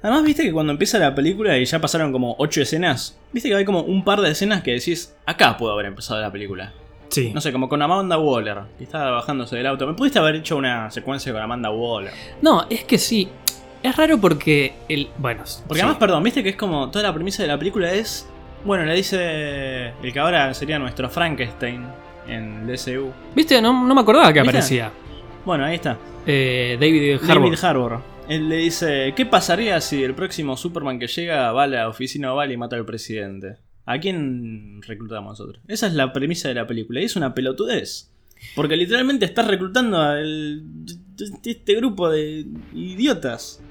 S2: Además, viste que cuando empieza la película y ya pasaron como 8 escenas, viste que hay como un par de escenas que decís, acá pudo haber empezado la película.
S1: Sí.
S2: No sé, como con Amanda Waller, que estaba bajándose del auto. Me pudiste haber hecho una secuencia con Amanda Waller.
S1: No, es que sí. Es raro porque el. Bueno.
S2: Porque
S1: sí.
S2: además, perdón, viste que es como toda la premisa de la película es. Bueno, le dice el que ahora sería nuestro Frankenstein en DCU.
S1: Viste, no, no me acordaba que
S2: ¿Viste?
S1: aparecía.
S2: Bueno, ahí está.
S1: Eh, David Harbour.
S2: David Harbour. Él le dice, ¿qué pasaría si el próximo Superman que llega va a la oficina oval y mata al presidente? ¿A quién reclutamos nosotros? Esa es la premisa de la película y es una pelotudez. Porque literalmente estás reclutando a este grupo de idiotas.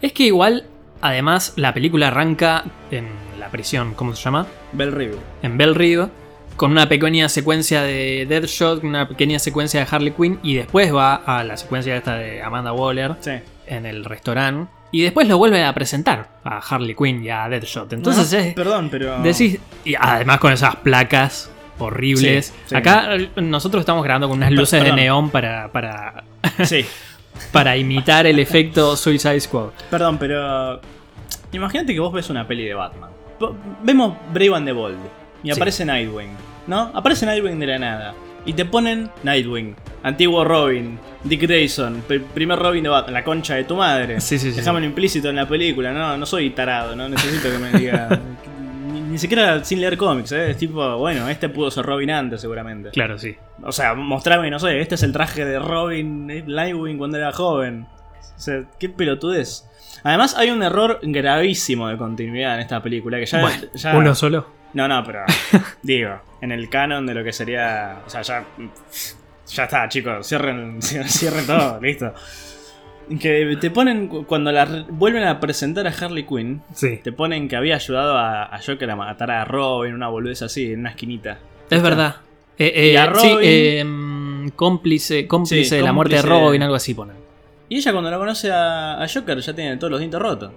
S1: Es que igual, además, la película arranca en la prisión, ¿cómo se llama?
S2: Bell River.
S1: En Bell River, con una pequeña secuencia de Deadshot, una pequeña secuencia de Harley Quinn, y después va a la secuencia esta de Amanda Waller
S2: Sí.
S1: en el restaurante, y después lo vuelven a presentar a Harley Quinn y a Deadshot. Entonces
S2: No,
S1: es-
S2: Perdón, pero...
S1: decís, y además con esas placas horribles.
S2: Sí, sí.
S1: Acá eh, nosotros estamos grabando con unas
S2: Per-
S1: luces
S2: perdón.
S1: de neón para, para,
S2: Sí.
S1: para imitar el efecto Suicide Squad.
S2: Perdón, pero. Imagínate que vos ves una peli de Batman. Po- Vemos Brave and the Bold. Y
S1: Sí.
S2: aparece Nightwing. ¿No? Aparece Nightwing de la nada. Y te ponen Nightwing. Antiguo Robin. Dick Grayson. pr- primer Robin de Batman. La concha de tu madre.
S1: Sí, sí, sí.
S2: Dejámelo implícito en la película. No, no soy tarado. No necesito que me diga. ni, ni siquiera sin leer cómics. ¿eh? Es tipo, bueno, este pudo ser Robin antes seguramente.
S1: Claro, sí.
S2: O sea, mostrame, no sé, este es el traje de Robin eh, Nightwing cuando era joven. O sea, qué pelotudez. Además, hay un error gravísimo de continuidad en esta película que ya.
S1: Bueno,
S2: ya-
S1: uno solo.
S2: No, no, pero. digo, en el canon de lo que sería. O sea, ya. Ya está, chicos, cierren, cierren todo, listo. Que te ponen. cu- Cuando la re- vuelven a presentar a Harley Quinn,
S1: Sí.
S2: te ponen que había ayudado a, a Joker a matar a Robin, una boludez así, en una esquinita.
S1: Es verdad. Eh,
S2: Y
S1: eh,
S2: a
S1: sí,
S2: Robin.
S1: eh, mm, cómplice, cómplice
S2: Sí,
S1: de la muerte de
S2: cómplice.
S1: Robin, algo así ponen.
S2: Y ella cuando la conoce a, a Joker ya tiene todos los dientes rotos.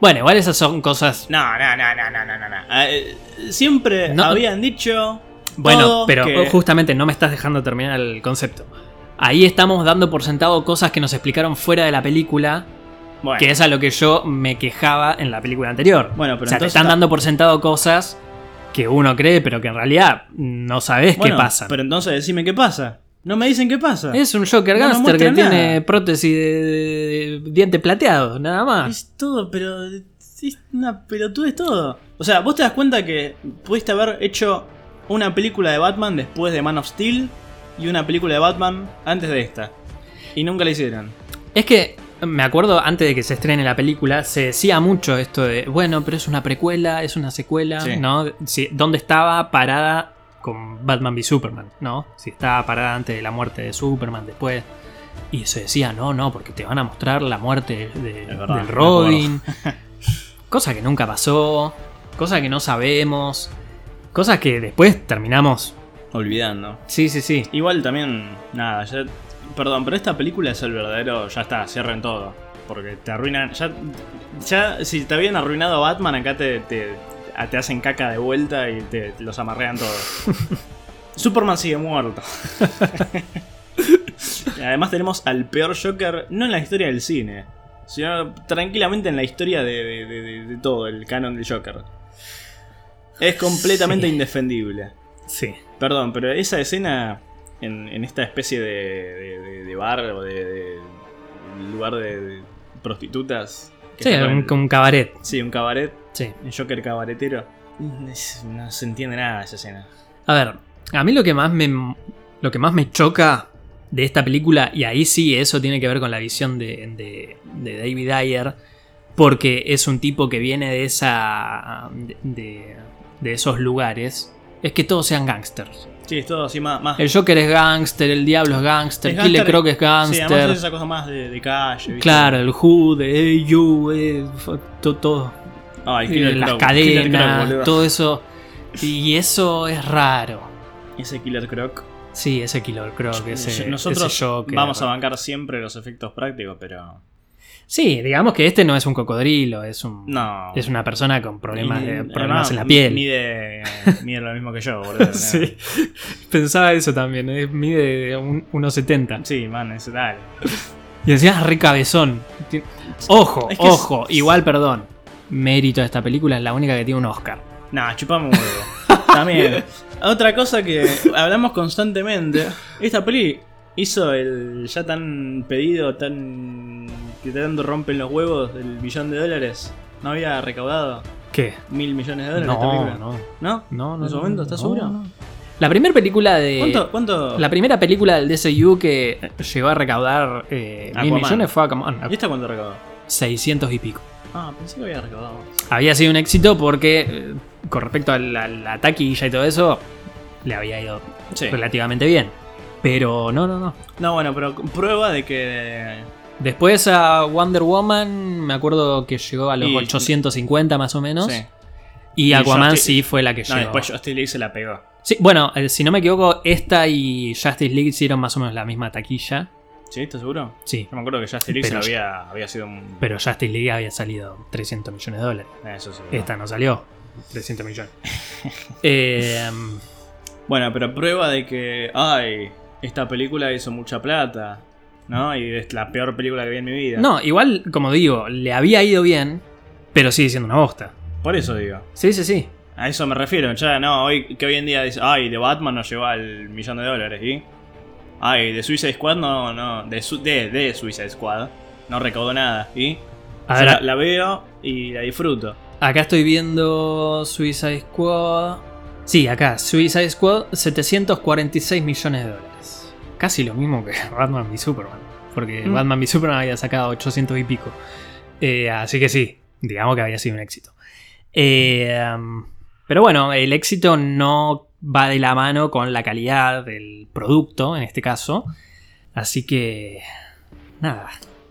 S1: Bueno, igual esas son cosas.
S2: No, no, no, no, no, no, no, no. Eh, siempre
S1: No.
S2: habían dicho.
S1: Bueno,
S2: todo
S1: pero
S2: que-
S1: justamente no me estás dejando terminar el concepto. Ahí estamos dando por sentado cosas que nos explicaron fuera de la película,
S2: Bueno,
S1: que es a lo que yo me quejaba en la película anterior.
S2: Bueno, pero
S1: o sea, te
S2: entonces
S1: están
S2: está-
S1: dando por sentado cosas que uno cree, pero que en realidad no sabes
S2: bueno,
S1: qué pasa.
S2: Pero entonces decime qué pasa. No me dicen qué pasa.
S1: Es un Joker
S2: No nos
S1: Gangster que
S2: muestran
S1: tiene
S2: nada.
S1: prótesis de, de- de diente plateado, nada más.
S2: Es todo, pero. Es una pelotudez todo. O sea, vos te das cuenta que pudiste haber hecho una película de Batman después de Man of Steel y una película de Batman antes de esta. Y nunca la hicieron.
S1: Es que me acuerdo antes de que se estrene la película, se decía mucho esto de, bueno, pero es una precuela, es una secuela,
S2: Sí.
S1: ¿no? Sí, ¿Dónde estaba parada con Batman v Superman, ¿no? Si estaba parada antes de la muerte de Superman, después. Y se decía, no, no, porque te van a mostrar la muerte de-
S2: Es verdad,
S1: del
S2: me
S1: Robin. cosa que nunca pasó, cosa que no sabemos, cosas que después terminamos.
S2: Olvidando.
S1: Sí, sí, sí.
S2: Igual también, nada, ya- perdón, pero esta película es el verdadero, ya está, cierren todo. Porque te arruinan, ya, ya si te habían arruinado a Batman, acá te, te, a- te hacen caca de vuelta y te, te los amarrean todos. Superman sigue muerto. Y Además tenemos al peor Joker, no en la historia del cine, sino tranquilamente en la historia de, de- de- de- de todo, el canon del Joker. Es completamente
S1: Sí.
S2: indefendible.
S1: Sí.
S2: Perdón, pero esa escena en, en esta especie de, de- de- de bar o de, de lugar de, de prostitutas. que
S1: Sí,
S2: está con
S1: un,
S2: el-
S1: un cabaret.
S2: sí, un cabaret,
S1: Sí.
S2: un Joker cabaretero. Es- No se entiende nada esa escena.
S1: A ver, a mí lo que más me lo que más me choca de esta película, y ahí sí, eso tiene que ver con la visión de, de- de David Ayer, porque es un tipo que viene de esa. de, de esos lugares, es que todos sean gangsters.
S2: Sí, es todo así más. más
S1: El Joker es gangster, el Diablo es gangster,
S2: es
S1: Killer
S2: gangster-
S1: Croc es
S2: Sí, además es
S1: gangster.
S2: esa cosa más de, de calle. ¿viste?
S1: Claro, el Hood, el You, eh, fu- to- todo.
S2: Ay,
S1: Eh,
S2: Killer
S1: las
S2: Croc, Killer Croc,
S1: cadenas,
S2: boludo.
S1: todo eso. Y eso es raro.
S2: Ese Killer Croc.
S1: Sí, ese Killer Croc, ese,
S2: Nosotros
S1: eh, ese Joker.
S2: vamos a bancar siempre los efectos prácticos, pero.
S1: Sí, digamos que este no es un cocodrilo, es un
S2: No.
S1: es una persona con problemas,
S2: Y-
S1: de,
S2: además,
S1: problemas en la piel.
S2: Mide, mide lo mismo que yo, boludo.
S1: Sí, pensaba eso también, eh, mide un- 1,70.
S2: Sí, man, es dale.
S1: Y decías re cabezón. Ti- Ojo,
S2: Es que es-
S1: ojo, igual perdón. Mérito de esta película es la única que tiene un Oscar.
S2: Nah, chupame un huevo. También. Otra cosa que hablamos constantemente. Esta peli hizo el ya tan pedido, tan. que tanto rompen los huevos del billón de dólares. ¿No había recaudado
S1: ¿Qué?
S2: mil millones de dólares esta
S1: No,
S2: película?
S1: no,
S2: ¿No?
S1: no, no.
S2: ¿En su momento? ¿Estás
S1: no,
S2: seguro?
S1: no. La primera película de.
S2: ¿Cuánto? ¿Cuánto?
S1: La primera película del DCU que llegó a recaudar eh, mil
S2: Aquaman.
S1: millones fue Aquaman,
S2: ¿Y esta cuánto recaudó?
S1: 600 y pico.
S2: Ah, pensé que había recaudado más.
S1: Había sido un éxito porque, eh, con respecto a la, la taquilla y todo eso, le había ido
S2: Sí.
S1: relativamente bien. Pero no, no, no.
S2: No, bueno, pero prueba de que.
S1: Después a Wonder Woman, me acuerdo que llegó a los
S2: Y-
S1: 850 más o menos.
S2: Sí.
S1: Y
S2: Y
S1: Aquaman
S2: Justice-
S1: sí fue la que
S2: No,
S1: llegó.
S2: después Justin League se la pegó.
S1: Sí, bueno, eh, si no me equivoco, esta y Justice League hicieron más o menos la misma taquilla.
S2: ¿Sí? ¿Estás seguro?
S1: Sí.
S2: Yo me acuerdo que Justin League se la
S1: Pero-
S2: había, había sido un.
S1: Pero Justice League había salido 300 millones de dólares.
S2: Eh, Eso sí.
S1: Esta no salió. 300 millones. Em,
S2: Bueno, pero prueba de que, ay, esta película hizo mucha plata, ¿no? Y es la peor película que vi en mi vida.
S1: no, igual, como digo, le había ido bien, pero sigue siendo una bosta.
S2: Por eso digo.
S1: Sí, sí, sí.
S2: A eso me refiero. Ya, no, hoy, que hoy en día dice, ay, de Batman no llegó al millón de dólares, ¿y? Ay, de Suicide Squad no, no, de, su- de, de Suicide Squad no recaudó nada, ¿y?
S1: A
S2: Yo
S1: ver,
S2: la, la veo y la disfruto.
S1: acá estoy viendo Suicide Squad. Sí, acá, Suicide Squad, 746 millones de dólares. Casi lo mismo que Batman v Superman. Porque
S2: Mm.
S1: Batman v Superman había sacado 800 y pico. Eh, así que sí, digamos que había sido un éxito. Eh, um, pero bueno, el éxito no va de la mano con la calidad del producto, en este caso. Así que... Nada.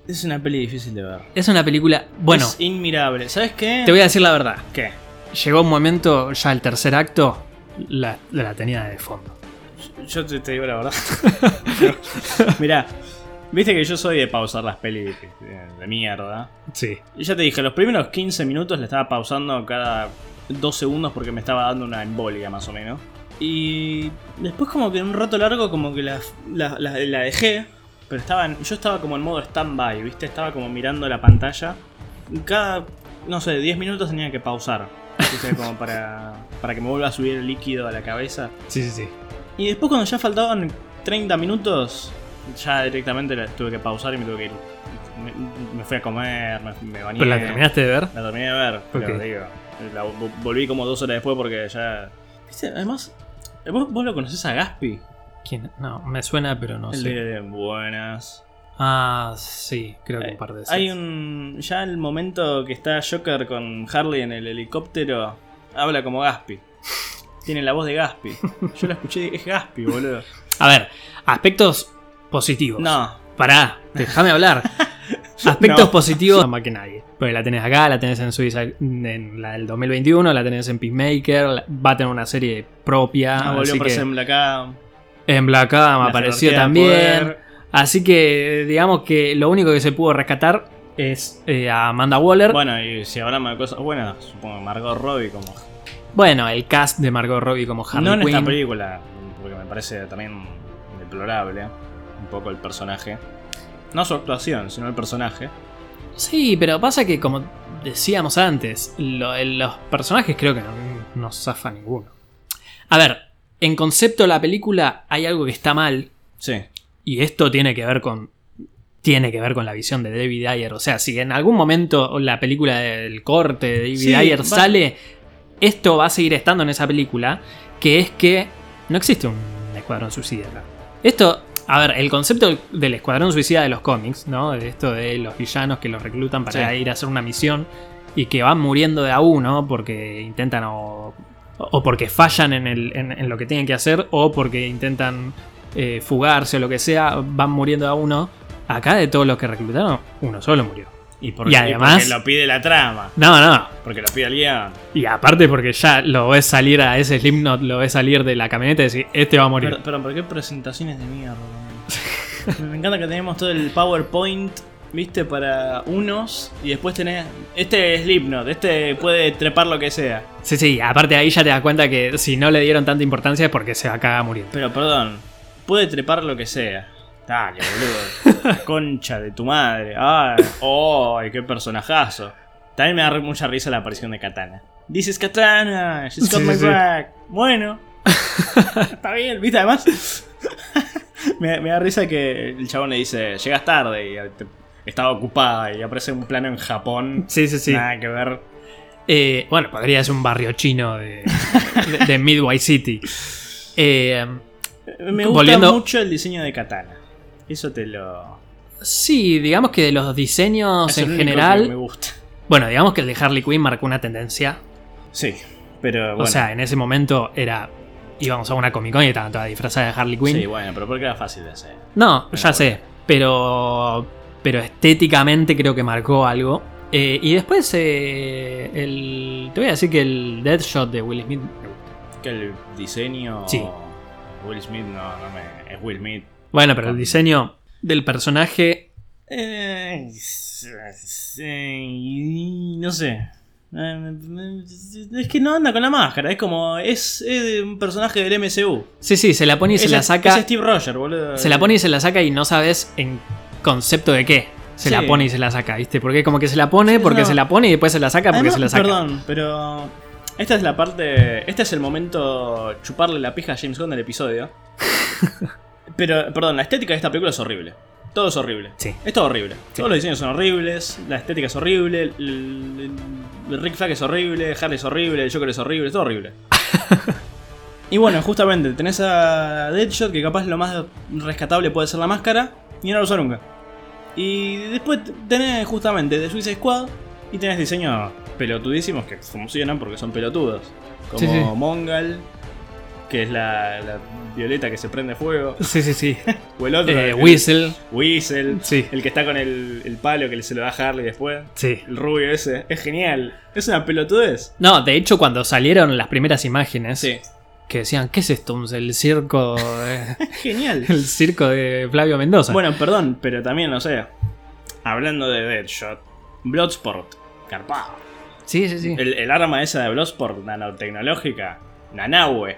S2: Es una peli difícil de ver.
S1: Es una película... Bueno,
S2: Es inmirable. ¿Sabes qué?
S1: te voy a decir la verdad.
S2: ¿Qué?
S1: Llegó un momento, ya el tercer acto, la, la tenía de fondo.
S2: Yo te, te digo la verdad. Mirá, viste que yo soy de pausar las pelis eh, de mierda.
S1: Sí.
S2: Y ya te dije, los primeros 15 minutos le estaba pausando cada 2 segundos porque me estaba dando una embolia más o menos. Y después como que en un rato largo como que la, la- la- la dejé. Pero estaba en- yo estaba como en modo stand-by, ¿viste? Estaba como mirando la pantalla. Y Cada, no sé, 10 minutos tenía que pausar. ¿viste? Como para, para que me vuelva a subir el líquido a la cabeza.
S1: Sí, sí, sí.
S2: Y después cuando ya faltaban 30 minutos, ya directamente la tuve que pausar y me tuve que ir. Me, me fui a comer, me, me bañé.
S1: ¿Pero la terminaste de ver?
S2: La terminé de ver, pero
S1: Ok.
S2: digo. La vo- volví como dos horas después porque ya. Viste, además. ¿Vos, vos lo conocés a Gaspi?
S1: ¿Quién? No, me suena, pero no
S2: el
S1: sé.
S2: de Buenas.
S1: Ah, sí, creo que un par de veces.
S2: Hay un. Ya el momento que está Joker con Harley en el helicóptero, habla como Gaspi. Tiene la voz de Gaspi. Yo la escuché, y dije, es Gaspi, boludo.
S1: A ver, aspectos positivos.
S2: No,
S1: Pará, déjame hablar. Aspectos
S2: No.
S1: positivos. No, más que nadie. Porque la tenés acá, la tenés en Suicide, en la del 2021, la tenés en Peacemaker, la- va a tener una serie propia.
S2: Ah, volvió
S1: así
S2: a aparecer
S1: que-
S2: en Black Adam.
S1: en Black Adam
S2: La
S1: apareció
S2: jerarquía de
S1: también.
S2: poder.
S1: Así que digamos que lo único que se pudo rescatar es eh, a Amanda Waller. Bueno.
S2: Bueno, y si hablamos de cosas buenas, supongo que Margot Robbie como
S1: el cast de Margot Robbie como Harley
S2: No en esta
S1: Quinn.
S2: película, porque me parece también deplorable un poco el personaje. No su actuación, sino el personaje.
S1: Sí, pero pasa que como decíamos antes, lo- los personajes creo que no, no zafa ninguno. A ver, en concepto de la película hay algo que está mal
S2: Sí.
S1: Y esto tiene que ver con. Tiene que ver con la visión de David Ayer. O sea, si en algún momento la película del corte de David
S2: Sí,
S1: Ayer
S2: va-
S1: sale, esto va a seguir estando en esa película. Que es que no existe un escuadrón suicida acá. Esto, A ver, el concepto del escuadrón suicida de los cómics, ¿no? De esto de los villanos que los reclutan para
S2: Sí.
S1: ir a hacer una misión y que van muriendo de a uno porque intentan o, o porque fallan en, el- en- en lo que tienen que hacer o porque intentan eh, fugarse o lo que sea, van muriendo de a uno. Acá de todos los que reclutaron, uno solo murió.
S2: Y, por-
S1: Y además-
S2: porque lo pide la trama.
S1: No, no,
S2: Porque lo pide el guión.
S1: Y aparte porque ya lo ves salir a ese Slipknot, lo ves salir de la camioneta y decir, este va a morir.
S2: Pero, pero, ¿por qué presentaciones de mierda? Me encanta que tenemos todo el PowerPoint, viste, para unos. Y después tenés. Este es Slipknot, este puede trepar lo que sea.
S1: Sí, sí, aparte ahí ya te das cuenta que si no le dieron tanta importancia es porque se va a cagar muriendo.
S2: Pero perdón, puede trepar lo que sea. Dale, boludo. La concha de tu madre. Ay, ay, qué personajazo. También me da re- mucha risa la aparición de Katana. Dices Katana, she's got
S1: Sí,
S2: my
S1: sí.
S2: back. Bueno, está bien, ¿viste? Además, me, me da risa que el chabón le dice: Llegas tarde y te- estaba ocupada. Y aparece un plano en Japón.
S1: Sí, sí, sí.
S2: Nada que ver.
S1: Eh, bueno, podría ser un barrio chino de, de- de Midway City. Eh,
S2: Me gusta
S1: Volviendo-
S2: mucho el diseño de Katana. Eso te lo.
S1: sí, digamos que de los diseños
S2: es el
S1: en
S2: único que Me
S1: general...
S2: gusta.
S1: Bueno, digamos que el de Harley Quinn marcó una tendencia.
S2: Sí, pero bueno.
S1: O sea, en ese momento era... Íbamos a una Comic Con y estaban todas disfrazadas de Harley Quinn.
S2: sí, bueno, pero porque era fácil de hacer.
S1: No,
S2: Pero
S1: ya
S2: Ah, bueno.
S1: sé. Pero. Pero estéticamente creo que marcó algo. Eh, y después, eh, el, te voy a decir que el Deadshot de Will Smith.
S2: Que el diseño.
S1: Sí.
S2: Will Smith no, no me. Es Will Smith.
S1: Bueno,
S2: Ah.
S1: pero el diseño del personaje.
S2: Eh, sí, no sé. Eh, Es que no anda con la máscara, es como. Es, es un personaje del MCU.
S1: Sí, sí, se la pone y se
S2: Es-
S1: la saca.
S2: Es Steve Rogers, boludo.
S1: Se la pone y se la saca y no sabes en concepto de qué. Se
S2: Sí.
S1: la pone y se la saca, ¿viste? Porque como que se la pone,
S2: Sí,
S1: porque
S2: no.
S1: se la pone y después se la saca, porque
S2: Además,
S1: se la saca.
S2: Perdón, pero. Esta es la parte. Este es el momento chuparle la pija a James Gunn del episodio. pero, perdón, la estética de esta película es horrible. Todo es horrible.
S1: Sí.
S2: Es todo horrible.
S1: Sí.
S2: Todos los diseños son horribles, la estética es horrible, el, el- el Rick Flag es horrible, Harley es horrible, el Joker es horrible, es todo horrible. y bueno, justamente tenés a Deadshot, que capaz lo más rescatable puede ser la máscara, y no lo usó nunca. Y después tenés justamente de Suicide Squad, y tenés diseños pelotudísimos que funcionan porque son pelotudos. Como
S1: Sí, sí.
S2: Mongal, que es la, la violeta que se prende fuego,
S1: Sí, sí, sí.
S2: o el otro.
S1: Eh,
S2: el-
S1: Whistle.
S2: Weasel,
S1: Sí.
S2: el que está con el, el palo que se lo da a Harley después.
S1: Sí.
S2: El rubio ese, es genial. Es una pelotudez.
S1: No, de hecho, cuando salieron las primeras imágenes,
S2: Sí.
S1: que decían, ¿qué es esto? Un- El circo. de-
S2: Genial.
S1: El circo de Flavio Mendoza.
S2: bueno, perdón, pero también, no sé. Hablando de Deadshot, Bloodsport, carpado.
S1: sí, sí, sí.
S2: El, el arma esa de Bloodsport, nanotecnológica, Nanahue.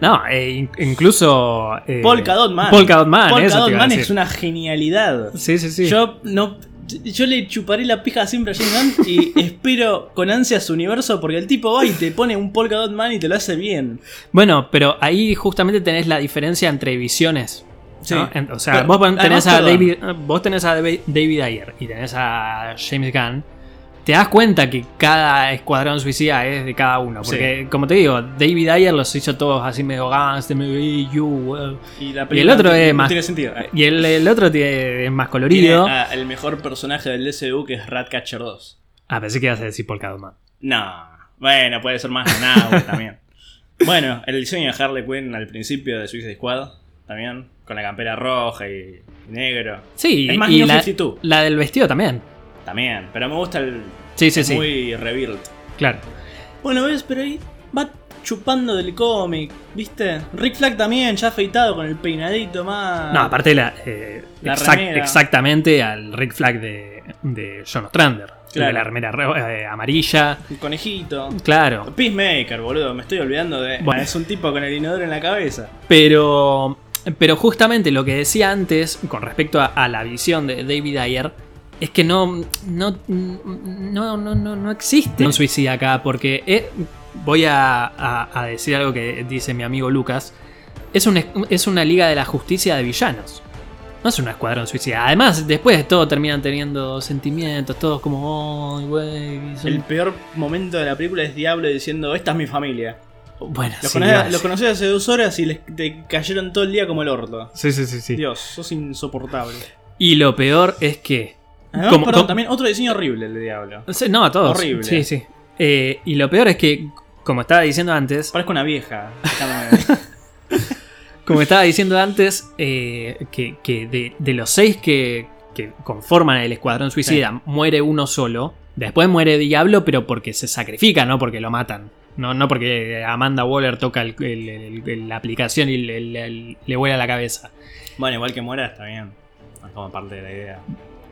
S1: No, e in- incluso. eh,
S2: Polka Dot Man.
S1: Polka Dot Man,
S2: Polka
S1: eso
S2: Dot
S1: te iba a
S2: Man es
S1: decir.
S2: una genialidad.
S1: Sí, sí, sí.
S2: Yo no. Yo le chuparé la pija siempre a James Gunn y espero con ansia su universo porque el tipo va y te pone un Polka Dot Man y te lo hace bien.
S1: Bueno, pero ahí justamente tenés la diferencia entre visiones. ¿no? En- O sea,
S2: Pero,
S1: vos pon- tenés,
S2: además,
S1: a
S2: perdón.
S1: David, vos tenés a David David Ayer y tenés a James Gunn. Te das cuenta que cada escuadrón suicida es de cada uno. Porque, como te digo, David Ayer los hizo todos así medio gangster, medio. "Hey, you, eh".
S2: Y, la
S1: Y el otro
S2: no,
S1: es
S2: tiene- no
S1: más-
S2: tiene sentido. Eh,
S1: Y el, el otro tiene- es más
S2: Tiene ah.
S1: colorido.
S2: a- el mejor personaje del DCU que es Ratcatcher 2.
S1: Ah, pensé que ibas a decir Polka Dot Man.
S2: No. Bueno, puede ser más Nahue también. Bueno, el diseño de Harley Quinn al principio de Suicide Squad también. Con la campera roja y negro.
S1: Sí,
S2: es más
S1: y
S2: New
S1: la,
S2: 52
S1: la del vestido también.
S2: también. Pero me gusta el
S1: Sí, sí, sí.
S2: muy rebuild.
S1: Claro.
S2: Bueno, ves, pero ahí va chupando del cómic, ¿viste? Rick Flag también, ya afeitado con el peinadito más.
S1: No, aparte la, eh,
S2: Ah. La
S1: exact-
S2: remera.
S1: exactamente al Rick Flag de, de John Ostrander.
S2: Claro.
S1: De la remera re- eh, amarilla.
S2: El conejito.
S1: Claro.
S2: Peacemaker, boludo, me estoy olvidando de.
S1: Bueno.
S2: Es un tipo con el inodoro en la cabeza.
S1: Pero. Pero justamente lo que decía antes con respecto a, a la visión de David Ayer es que no. No. No, no, no, no existe un suicida acá. Porque eh, voy a, a- a decir algo que dice mi amigo Lucas. Es, un, es- es una liga de la justicia de villanos. No es un escuadrón suicida. Además, después de todo terminan teniendo sentimientos, todos como. "Ay, güey, son-".
S2: El peor momento de la película es Diablo diciendo: Esta es mi familia.
S1: Bueno,
S2: Los,
S1: sí,
S2: conocés-
S1: gracias.
S2: los conocí hace dos horas y les te cayeron todo el día como el orto.
S1: Sí, sí, sí, ¿Eh? sí.
S2: Dios, sos insoportable.
S1: Y lo peor es que.
S2: Además,
S1: como-
S2: perdón,
S1: como-
S2: también otro diseño horrible el de Diablo.
S1: Sí, No, a todos.
S2: Horrible.
S1: Sí, sí. Eh, y lo peor es que, como estaba diciendo antes,
S2: Parezco una vieja. Déjame-
S1: como estaba diciendo antes, eh, que, que de, de los seis que, que conforman el escuadrón suicida, muere uno solo. Después muere Diablo, pero porque se sacrifica, no porque lo matan. No, no porque Amanda Waller toca el- el- el- el- la aplicación y le, le- le vuela la cabeza.
S2: bueno, igual que muera está bien. Es como parte de la idea.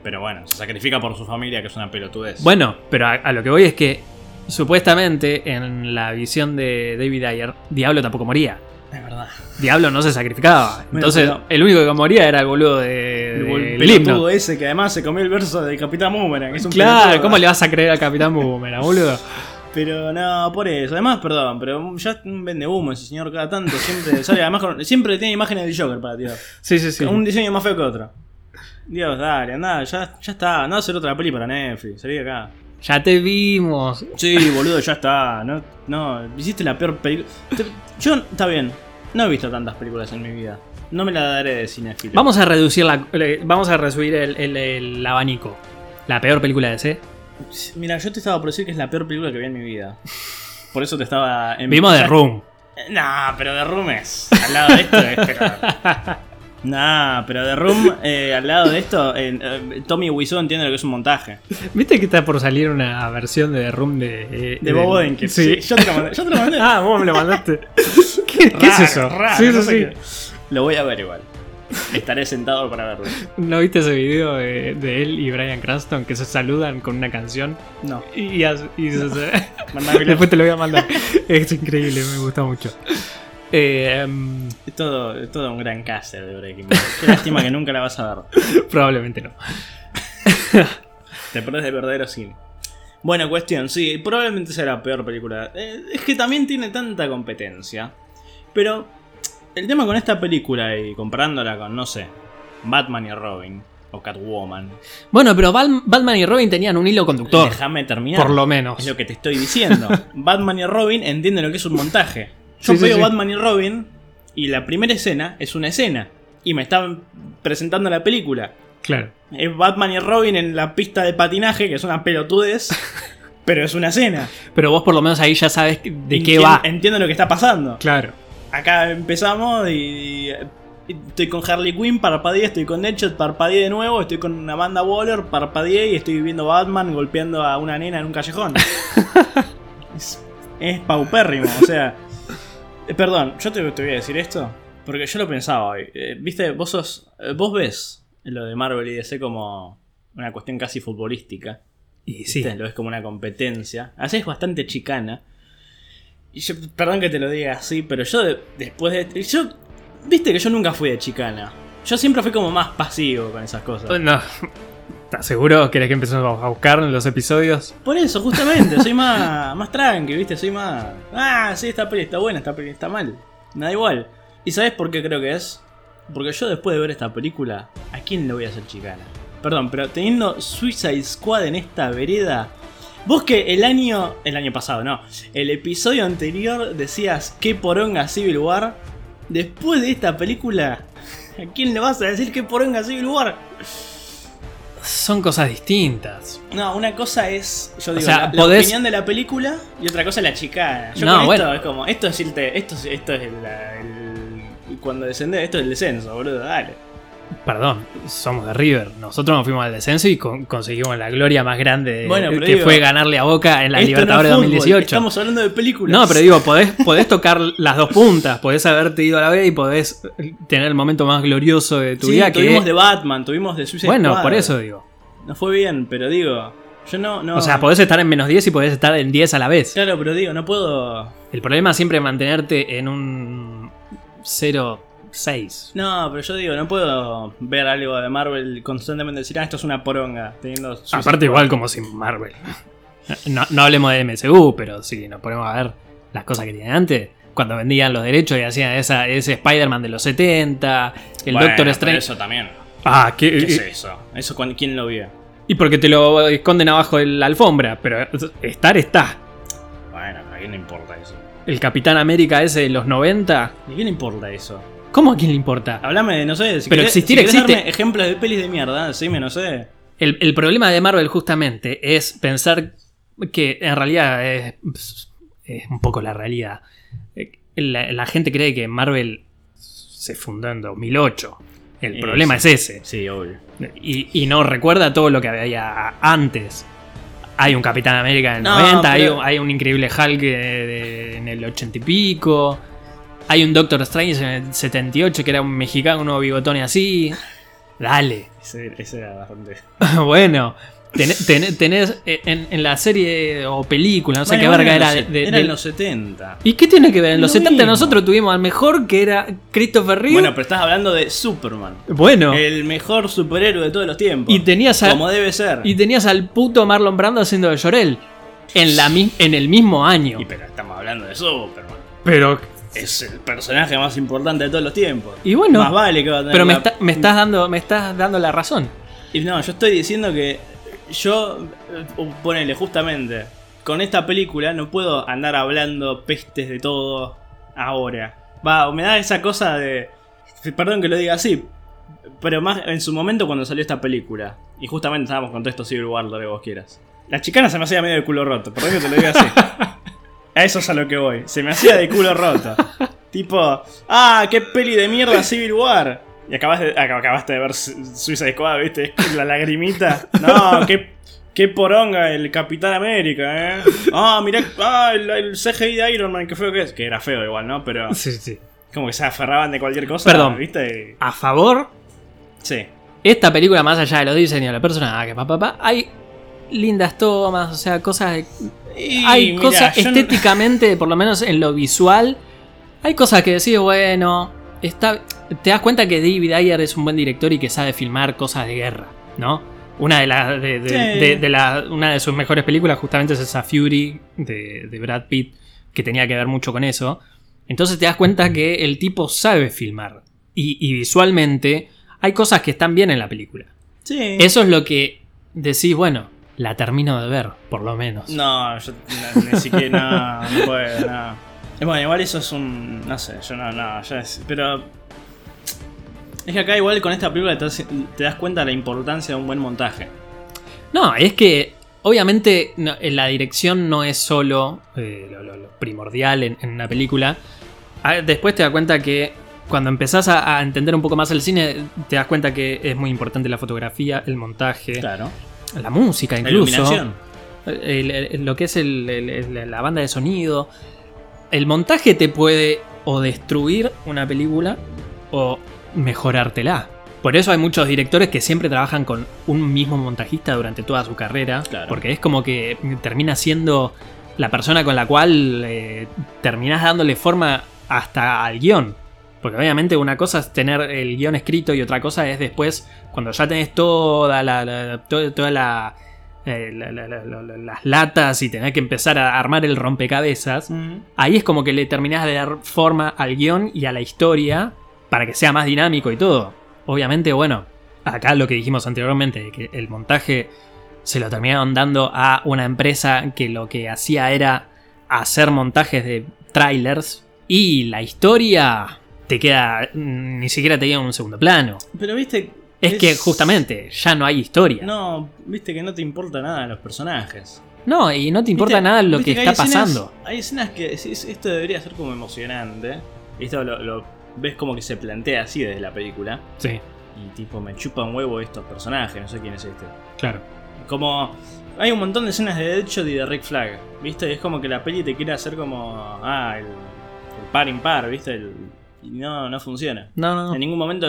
S2: Pero bueno, se sacrifica por su familia, que es una pelotudez.
S1: Bueno, pero a, a lo que voy es que supuestamente en la visión de David Ayer, Diablo tampoco moría.
S2: es verdad.
S1: Diablo no se sacrificaba.
S2: Bueno,
S1: Entonces,
S2: pero-
S1: el único que moría era el boludo de,
S2: El,
S1: del
S2: bol-
S1: himno.
S2: pelotudo ese que además se comió el verso de Capitán Boomerang. que es un
S1: Claro,
S2: pelotudo.
S1: ¿cómo le vas a creer al Capitán Boomerang, boludo?
S2: Pero no, por eso. Además, perdón, pero ya vende humo ese señor cada tanto. Siempre sale, además, con- siempre tiene imágenes del Joker para tirar.
S1: Sí, sí, sí.
S2: Un diseño más feo que otro. Dios, dale, andá, ya, ya está. No hacer otra peli para Netflix, salí de acá.
S1: Ya te vimos.
S2: Sí, boludo, ya está. No, no, hiciste la peor película. Te- Yo, está bien, no he visto tantas películas en mi vida. No me la daré de cinefilo.
S1: Vamos a reducir la. le- Vamos a resubir el, el- el abanico. La peor película de C.
S2: Em, Mira, yo te estaba por decir que es la peor película que vi en mi vida. Por eso te estaba. En
S1: Vimos The
S2: ya-
S1: Room.
S2: Nah, pero The Room es. Al lado de esto es. pero- Nah, pero The Room, eh, al lado de esto, eh, eh, Tommy Wiseau entiende lo que es un montaje.
S1: ¿Viste que está por salir una versión de The Room de. eh,
S2: De Bob
S1: del-
S2: Odenkirk.
S1: Sí.
S2: yo te lo mandé. Yo te lo mandé.
S1: Ah, vos me lo mandaste. ¿Qué, qué es
S2: Raro,
S1: eso?
S2: raro,
S1: sí,
S2: no
S1: sí,
S2: sé
S1: sí.
S2: qué. Lo voy a ver igual. Estaré sentado para verlo.
S1: ¿No viste ese video de, de él y Brian Cranston que se saludan con una canción?
S2: No.
S1: Y, hace- y se- se-
S2: Mandámelo.
S1: Después te lo voy a mandar. es increíble, me gusta mucho. Eh, em,
S2: Es todo, es todo un gran caster de Breaking Bad. Qué lástima que nunca la vas a ver.
S1: probablemente no.
S2: Te perdés de verdadero cine. Bueno, cuestión, sí, probablemente sea la peor película. Eh, es que también tiene tanta competencia. Pero el tema con esta película y comparándola con, no sé, Batman y Robin o Catwoman.
S1: Bueno, pero Bal- Batman y Robin tenían un hilo conductor,
S2: Déjame terminar.
S1: por lo menos.
S2: Es lo que te estoy diciendo. Batman y Robin entienden lo que es un montaje. Yo
S1: Sí, sí,
S2: veo
S1: sí.
S2: Batman y Robin y la primera escena es una escena. Y me están presentando la película.
S1: Claro.
S2: Es Batman y Robin en la pista de patinaje, que es una pelotudez, pero es una escena.
S1: Pero vos por lo menos ahí ya sabes que- de qué
S2: Entien-
S1: va.
S2: Entiendo lo que está pasando.
S1: Claro.
S2: Acá empezamos y, y estoy con Harley Quinn, parpadeé, estoy con Deadshot, parpadeé de nuevo, estoy con Amanda Waller, parpadeé y estoy viendo Batman golpeando a una nena en un callejón. es, es paupérrimo, o sea... eh, Perdón, yo te, te voy a decir esto porque yo lo pensaba hoy. Eh, Viste, vos sos... eh, Vos ves lo de Marvel y DC como una cuestión casi futbolística.
S1: Y sí.
S2: ¿Viste? Lo ves como una competencia. Así es bastante chicana. Y yo, perdón que te lo diga así, pero yo de- después de. Yo. Viste que yo nunca fui de chicana. Yo siempre fui como más pasivo con esas cosas.
S1: No. ¿Estás seguro? ¿Querés que empecemos a buscar los episodios?
S2: Por eso, justamente, soy más, más tranqui, ¿viste? Soy más. Ah, sí, esta peli está buena, esta peli está mal. Me da igual. ¿Y sabes por qué creo que es? Porque yo después de ver esta película, ¿a quién le voy a hacer chicana? Perdón, pero teniendo Suicide Squad en esta vereda. Vos que el año. El año pasado, no. El episodio anterior decías qué poronga Civil War. Después de esta película, ¿a quién le vas a decir qué poronga Civil War?
S1: Son cosas distintas.
S2: No, una cosa es, yo
S1: O
S2: digo,
S1: sea,
S2: la, la
S1: podés-
S2: opinión de la película y otra cosa es la chicana. Yo
S1: No,
S2: con esto
S1: bueno.
S2: es como, esto es el, te- esto es, esto es la- el- cuando descende, esto es el descenso, boludo, dale.
S1: Perdón, somos de River. Nosotros nos fuimos al descenso y con- conseguimos la gloria más grande de-
S2: Bueno, pero
S1: que
S2: digo,
S1: fue ganarle a Boca en la
S2: Esto
S1: Libertadores
S2: no es fútbol,
S1: 2018.
S2: Estamos hablando de películas.
S1: No, pero digo, podés, podés tocar las dos puntas, podés haberte ido a la B y podés tener el momento más glorioso de tu
S2: Sí,
S1: vida que
S2: tuvimos de Batman, tuvimos de Suicide
S1: Bueno,
S2: Squad.
S1: por eso digo.
S2: No fue bien, pero digo, yo no, no.
S1: O sea, podés estar en menos 10 y podés estar en 10 a la vez.
S2: Claro, pero digo, no puedo.
S1: El problema siempre es mantenerte en un 0-6.
S2: No, pero yo digo, no puedo ver algo de Marvel constantemente decir, ah, esto es una poronga. Teniendo Suicide
S1: Aparte, igual como sin Marvel. No, no hablemos de MCU, pero si nos ponemos a ver las cosas que tienen antes. Cuando vendían los derechos y hacían esa, ese Spider-Man de los 70, el
S2: Bueno,
S1: Doctor
S2: pero
S1: Strange.
S2: Eso también.
S1: Ah, qué,
S2: ¿Qué es eso? ¿Eso cuan- quién lo vio?
S1: Y porque te lo esconden abajo de la alfombra, pero estar está.
S2: Bueno, a quién le importa eso.
S1: el Capitán América ese de los 90.
S2: ¿Y qué le importa eso?
S1: ¿Cómo a quién le importa?
S2: Háblame de, no sé, si
S1: Pero
S2: querés-
S1: existir
S2: si querés
S1: existe.
S2: darme ejemplos de pelis de mierda, decime, no sé.
S1: El, el problema de Marvel justamente es pensar que en realidad es, es un poco la realidad. Eh, La, la gente cree que Marvel se fundó en 2008. El
S2: Eh,
S1: problema
S2: sí.
S1: es ese.
S2: Sí, obvio.
S1: Y, y no recuerda todo lo que había antes. Hay un Capitán América en el
S2: No,
S1: 90, hay
S2: pero-
S1: un, hay un increíble Hulk de- de- en el 80 y pico. Hay un Doctor Strange en el 78 que era un mexicano bigotón y así. Dale.
S2: Ese, ese era bastante.
S1: bueno, ten- ten- tenés eh, en, en la serie o película, no sé
S2: Bueno,
S1: qué
S2: igual
S1: verga era.
S2: en los
S1: de-
S2: set-
S1: de-
S2: era en
S1: del-
S2: los 70.
S1: ¿Y qué tiene que ver? En
S2: Lo
S1: los 70
S2: mismo.
S1: nosotros tuvimos al mejor que era Christopher Reeve.
S2: Bueno, pero estás hablando de Superman.
S1: Bueno,
S2: El mejor superhéroe de todos los tiempos.
S1: y tenías a,
S2: Como debe ser.
S1: Y tenías al puto Marlon Brando haciendo de Llorel. En, la mi- en el mismo año.
S2: Y pero estamos hablando de Superman.
S1: Pero.
S2: Es el personaje más importante de todos los tiempos.
S1: Y bueno.
S2: Más vale que va a tener
S1: pero me,
S2: la-
S1: está- me estás dando, me estás dando la razón.
S2: Y no, yo estoy diciendo que yo, eh, ponele, justamente, con esta película no puedo andar hablando pestes de todo ahora. Va, me da esa cosa de... Perdón que lo diga así, pero más en su momento cuando salió esta película. Y justamente estábamos con todo esto Civil War, lo que vos quieras. La chicana se me hacía medio de culo roto, perdón que te lo diga así. A eso es a lo que voy. Se me hacía de culo roto. tipo, ah, qué peli de mierda Civil War. Y acabas de- acab- acabaste de ver Su- Suicide Squad, ¿viste? La lagrimita. No, qué, qué poronga el Capitán América, ¿eh? Ah, mirá, ah, el, el CGI de Iron Man, qué feo que es. Que era feo igual, ¿no? Pero
S1: Ah, Sí, sí.
S2: como que se aferraban de cualquier cosa.
S1: Perdón.
S2: ¿Viste?
S1: A favor,
S2: Sí.
S1: esta película, más allá de los diseños de la persona, ah, que papá, papá, hay lindas tomas, o sea, cosas. de-
S2: Y
S1: hay
S2: mirá,
S1: cosas
S2: yo no-
S1: estéticamente, por lo menos en lo visual. Hay cosas que decís, bueno, está, te das cuenta que David Ayer es un buen director y que sabe filmar cosas de guerra, ¿no? Una de, las de, de-
S2: Sí.
S1: de- de la- una de sus mejores películas justamente es esa Fury de, de Brad Pitt, que tenía que ver mucho con eso. Entonces te das cuenta que el tipo sabe filmar. Y, y visualmente hay cosas que están bien en la película.
S2: Sí.
S1: Eso es lo que decís, bueno, la termino de ver, por lo menos.
S2: No, yo no, ni siquiera, no, no puedo, no. Eh, Bueno, igual eso es un, no sé, yo no, no, ya es, pero... Es que acá igual con esta película te, das- te das cuenta de la importancia de un buen montaje.
S1: No, es que obviamente no- eh, la dirección no es solo eh, lo, lo- lo primordial en, en una película. Ah, Después te das cuenta que cuando empezás a, a entender un poco más el cine, te das cuenta que es muy importante la fotografía, el montaje,
S2: Claro.
S1: la música
S2: La
S1: incluso,
S2: iluminación.
S1: el- el- lo que es el- el- el- la banda de sonido. El montaje te puede o destruir una película o mejorártela. Por eso hay muchos directores que siempre trabajan con un mismo montajista durante toda su carrera.
S2: Claro.
S1: Porque es como que termina siendo la persona con la cual eh, terminás dándole forma hasta al guión. Porque obviamente una cosa es tener el guión escrito y otra cosa es después, cuando ya tenés toda la. la- to- toda la, eh, la- la- la- la- las latas y tenés que empezar a armar el rompecabezas
S2: Mm.
S1: ahí es como que le terminás de dar forma al guión y a la historia para que sea más dinámico y todo. Obviamente, bueno, acá lo que dijimos anteriormente, de que el montaje se lo terminaron dando a una empresa que lo que hacía era hacer montajes de trailers y la historia te queda, mm, ni siquiera te queda en un segundo plano.
S2: Pero viste...
S1: Es, que justamente ya no hay historia. No,
S2: No, viste que no te importa nada los personajes.
S1: y no te importa
S2: Viste-
S1: nada lo que
S2: viste
S1: está
S2: hay escenas-
S1: pasando.
S2: hay escenas que decís, esto debería ser como emocionante. Y esto lo, lo ves como que se plantea así desde la película.
S1: Sí,
S2: Y tipo, me chupa un huevo estos personajes, no sé quién es este.
S1: claro.
S2: Como. Hay un montón de escenas de Deadshot y de Rick Flag, ¿viste? Y es como que la peli te quiere hacer como. Ah, el, el par impar, ¿viste? El, y no, no funciona.
S1: No, no, no.
S2: En ningún momento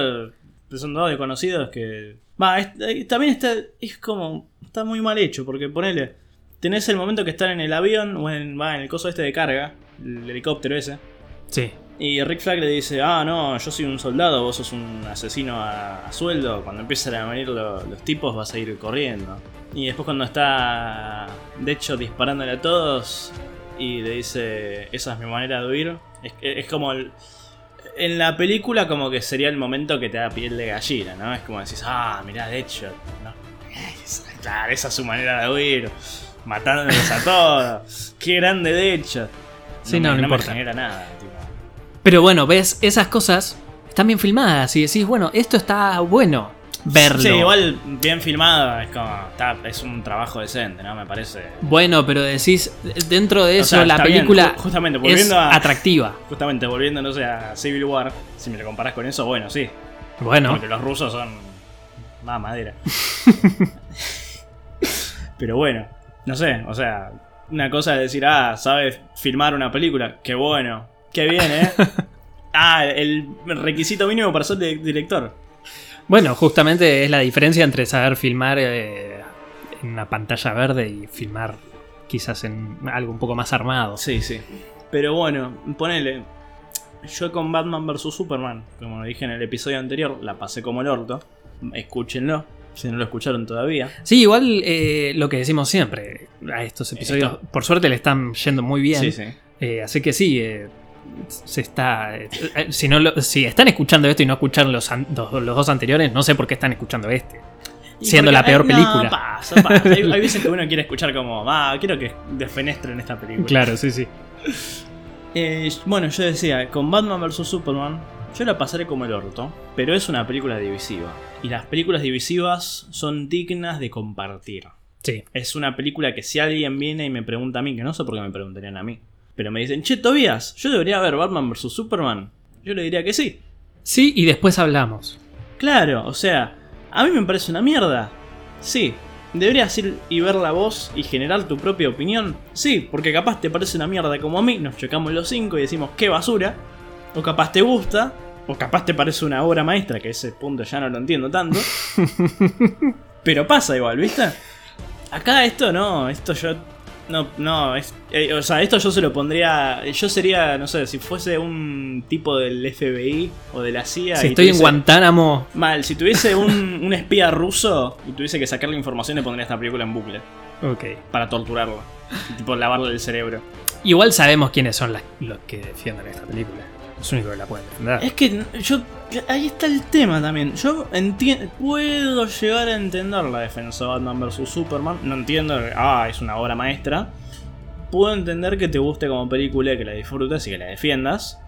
S2: son dos desconocidos que. Va, es- eh, también está. Es como. Está muy mal hecho, porque ponele. Tenés el momento que están en el avión o en, va, en el coso este de carga, el helicóptero ese.
S1: Sí,
S2: Y Rick Flag le dice, ah, no, yo soy un soldado, vos sos un asesino a, a sueldo. Cuando empiezan a venir lo- los tipos vas a ir corriendo. Y después cuando está, de hecho, disparándole a todos y le dice, esa es mi manera de huir. Es, es como... el- en la película como que sería el momento que te da piel de gallina, ¿no? Es como decís, ah, mirá Deadshot, ¿no? Esa- Claro, esa es su manera de huir, matándolos a todos. Qué grande Deadshot.
S1: Sí, no,
S2: me,
S1: no
S2: me
S1: importa.
S2: genera nada. tipo.
S1: Pero bueno, ves, esas cosas están bien filmadas y decís, bueno, esto está bueno verlo.
S2: Sí, igual bien filmado, es como. está- es un trabajo decente, ¿no? Me parece.
S1: Bueno, pero decís, dentro de
S2: O
S1: eso
S2: sea,
S1: la
S2: está bien,
S1: película
S2: ju- justamente,
S1: es
S2: volviendo a-
S1: atractiva.
S2: Justamente volviendo, no sé, a Civil War, si me lo comparás con eso, bueno, sí.
S1: Bueno,
S2: Porque los rusos son. más madera. Pero bueno, no sé, o sea, una cosa es decir, ah, sabes filmar una película, qué bueno, qué bien, ¿eh? ah, el requisito mínimo para ser di- director.
S1: bueno, justamente es la diferencia entre saber filmar eh, en una pantalla verde y filmar quizás en algo un poco más armado.
S2: Sí, sí. Pero bueno, ponele. Yo con Batman vs Superman, como dije en el episodio anterior, la pasé como el orto. Escúchenlo, si no lo escucharon todavía.
S1: Sí, igual eh, lo que decimos siempre a estos episodios,
S2: Esto-
S1: por suerte le están yendo muy bien.
S2: Sí, sí.
S1: Eh, así que sí, eh, se está. eh, eh, si, no lo- si están escuchando esto y no escucharon los, an- los, los dos anteriores, no sé por qué están escuchando este.
S2: Y
S1: Siendo
S2: porque-
S1: la peor
S2: ay,
S1: película.
S2: No, pasa, pasa. Hay, hay veces que uno quiere escuchar como, ah, quiero que desfenestren esta película.
S1: Claro, sí, sí.
S2: Eh, bueno, yo decía, con Batman vs Superman, yo la pasaré como el orto, pero es una película divisiva. Y las películas divisivas son dignas de compartir.
S1: Sí.
S2: Es una película que si alguien viene y me pregunta a mí, que no sé por qué me preguntarían a mí, pero me dicen, che, Tobías, yo debería ver Batman vs Superman. Yo le diría que sí.
S1: Sí, y después hablamos.
S2: Claro, o sea, a mí me parece una mierda. Sí, deberías ir y ver la voz y generar tu propia opinión. Sí, porque capaz te parece una mierda como a mí, nos chocamos los cinco y decimos qué basura. O capaz te gusta, o capaz te parece una obra maestra, que ese punto ya no lo entiendo tanto. Pero pasa igual, ¿viste? Acá esto no, esto yo. No, no, es- eh, o sea, esto yo se lo pondría. Yo sería, no sé, si fuese un tipo del FBI o de la CIA.
S1: si estoy
S2: y
S1: en
S2: tuviese-
S1: Guantánamo.
S2: Mal, si tuviese un, un espía ruso y tuviese que sacarle información, le pondría esta película en bucle
S1: Ok.
S2: para torturarlo. Tipo, lavarle el cerebro.
S1: Igual sabemos quiénes son las- los que defienden esta película. Los únicos que la pueden defender.
S2: Es que n- yo. Ahí está el tema también. Yo entiendo. Puedo llegar a entender la defensa de Batman vs Superman. No entiendo. Ah, es una obra maestra. Puedo entender que te guste como película, que la disfrutes y que la defiendas.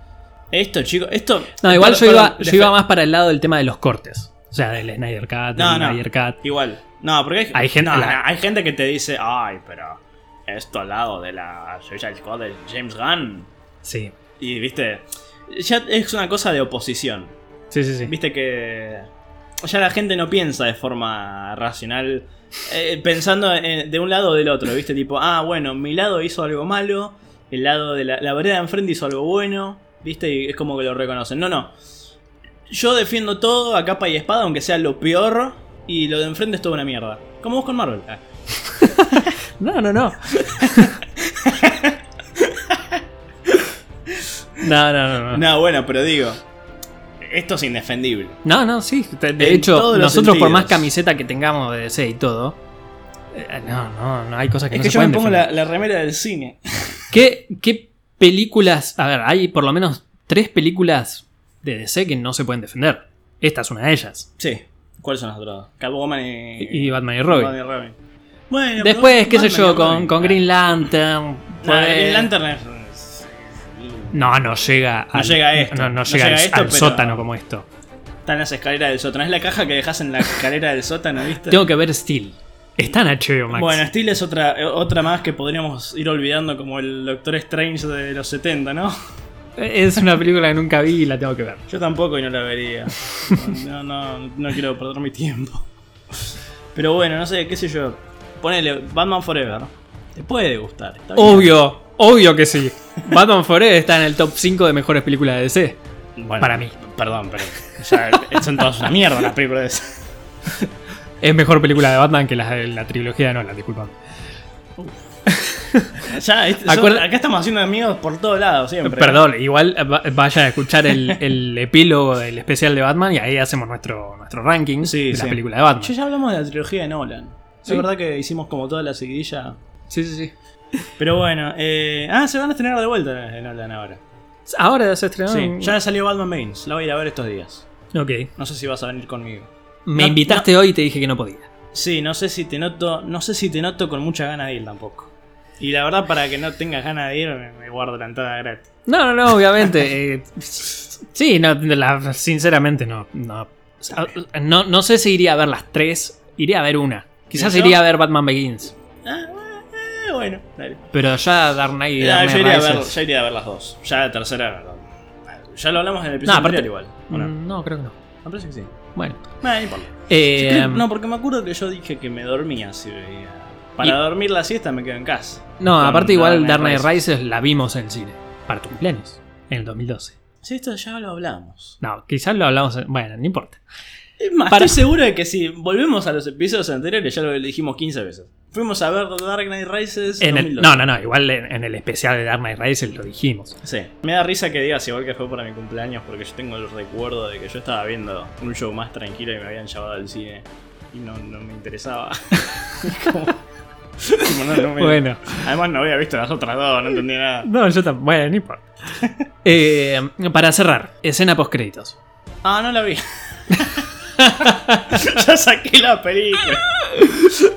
S2: Esto, chicos, esto.
S1: No, igual
S2: Perdón,
S1: yo, iba,
S2: perdón,
S1: yo iba
S2: defe-
S1: más para el lado del tema de los cortes. O sea, del Snyder Cut,
S2: No,
S1: del
S2: no.
S1: Snyder Cut.
S2: Igual. No, porque hay,
S1: Hay gente-
S2: no,
S1: la-
S2: no, hay gente que te dice, ay, pero esto al lado de la Suicide Squad de James Gunn.
S1: Sí.
S2: Y viste, ya es una cosa de oposición.
S1: Sí, sí, sí.
S2: Viste que ya la gente no piensa de forma racional, eh, pensando en- de un lado o del otro, viste, tipo, ah, bueno, mi lado hizo algo malo, el lado de la, la vereda de enfrente hizo algo bueno, viste, y es como que lo reconocen. No, no. Yo defiendo todo a capa y espada, aunque sea lo peor, y lo de enfrente es toda una mierda. Como vos con Marvel. Ah.
S1: No, no, no. no, no, no, no.
S2: No, bueno, pero digo, esto es indefendible.
S1: No, no, sí. De de
S2: En
S1: hecho,
S2: todos los
S1: nosotros por
S2: sentidos.
S1: más camiseta que tengamos de DC y todo, eh, no, no, no hay cosas que
S2: Es
S1: no
S2: que
S1: se
S2: yo me
S1: pueden
S2: pongo
S1: defender.
S2: la, la remera del cine.
S1: ¿Qué, ¿Qué películas? A ver, hay por lo menos tres películas de DC que no se pueden defender. Esta es una de ellas.
S2: Sí. ¿Cuáles son las otras? dos? Catwoman y.
S1: Y Batman y Robin.
S2: Batman y Bueno,
S1: Después,
S2: pero
S1: qué sé
S2: Batman y
S1: yo,
S2: Robin. Ah.
S1: con, con Green Lantern. pues.
S2: Nah,
S1: podés-
S2: Green Lantern es-
S1: No, no llega
S2: No llega a esto.
S1: No, no
S2: No
S1: llega,
S2: llega
S1: al,
S2: a esto,
S1: al
S2: pero-
S1: sótano como esto.
S2: Está en las escaleras del sótano. Es la caja que dejas en la escalera del sótano, ¿viste?
S1: Tengo que ver Steel. Está en HBO Max.
S2: Bueno, Steel es otra, eh, otra más que podríamos ir olvidando como el Doctor Strange de los 70, ¿no?
S1: Es una película que nunca vi y la tengo que ver.
S2: Yo tampoco y no la vería. No, no, no quiero perder mi tiempo. Pero bueno, no sé, qué sé yo. Ponele Batman Forever. Te puede gustar. está bien.
S1: Obvio, obvio que sí. Batman Forever está en el top 5 de mejores películas de DC.
S2: Bueno,
S1: Para mí.
S2: Perdón, pero. ya son todas una mierda las películas de esas.
S1: Es mejor película de Batman que la, la trilogía de Nolan, disculpame.
S2: Ya, es- son-
S1: Acuerda-
S2: acá estamos haciendo amigos por todos lados siempre.
S1: Perdón, igual va- vayan a escuchar el, el epílogo del especial de Batman y ahí hacemos nuestro, nuestro ranking
S2: Sí,
S1: de
S2: sí.
S1: la película de Batman.
S2: Che, ya hablamos de la trilogía de Nolan.
S1: Sí.
S2: Es verdad que hicimos como toda la seguidilla.
S1: Sí, sí, sí.
S2: Pero bueno, eh, ah, se van a estrenar de vuelta las de Nolan ahora.
S1: Ahora se estrenó.
S2: Sí,
S1: un-
S2: ya salió Batman Baines, la voy a ir a ver estos días.
S1: Ok.
S2: No sé si vas a venir conmigo.
S1: Me
S2: No,
S1: invitaste hoy y te dije que no podía.
S2: Sí, no sé si te noto, no sé si te noto con mucha ganas de ir tampoco. Y la verdad, para que no tengas ganas de ir, me, me guardo la entrada gratis.
S1: No, no, no, obviamente. eh, sí, no, la- sinceramente no. No. no. no sé si iría a ver las tres. Iría a ver una. Quizás
S2: ¿Y yo?
S1: iría a ver Batman Begins.
S2: Ah, eh, bueno, dale.
S1: Pero ya Dark Knight y
S2: Ah,
S1: Dark
S2: yo,
S1: Knight
S2: iría a ver,
S1: Rises-
S2: yo iría a ver las dos. Ya la tercera. no. Ya lo hablamos en el episodio
S1: No, aparte-
S2: anterior igual. ¿o no?
S1: Mm, No, creo que no.
S2: Me parece que sí.
S1: Bueno.
S2: Nah, no importa.
S1: Eh,
S2: Creo- no, porque me acuerdo que yo dije que me dormía si veía. Para
S1: Y-
S2: dormir la siesta me quedo en casa.
S1: no,
S2: Con
S1: aparte igual Dark Knight
S2: Rises.
S1: Rises la vimos en el cine. Para tu cumpleaños. En el 2012.
S2: Sí, esto ya lo hablamos.
S1: No, quizás lo hablamos... en- Bueno, no importa.
S2: Es más,
S1: Para-
S2: estoy seguro de que si volvemos a los episodios anteriores ya lo dijimos 15 veces. Fuimos a ver Dark Knight Rises
S1: En el-
S2: 2012.
S1: no, no, no. Igual en, en el especial de Dark Knight Rises lo dijimos.
S2: Sí. Me da risa que digas igual que fue para mi cumpleaños porque yo tengo el recuerdo de que yo estaba viendo un show más tranquilo y me habían llevado al cine y no, no me interesaba. Como- como no- no me-
S1: Bueno.
S2: Además no había visto las otras dos, no entendía nada.
S1: No, yo tampoco. Bueno, no importa. Eh, para cerrar, escena post créditos.
S2: Ah, no la vi. ya saqué la película.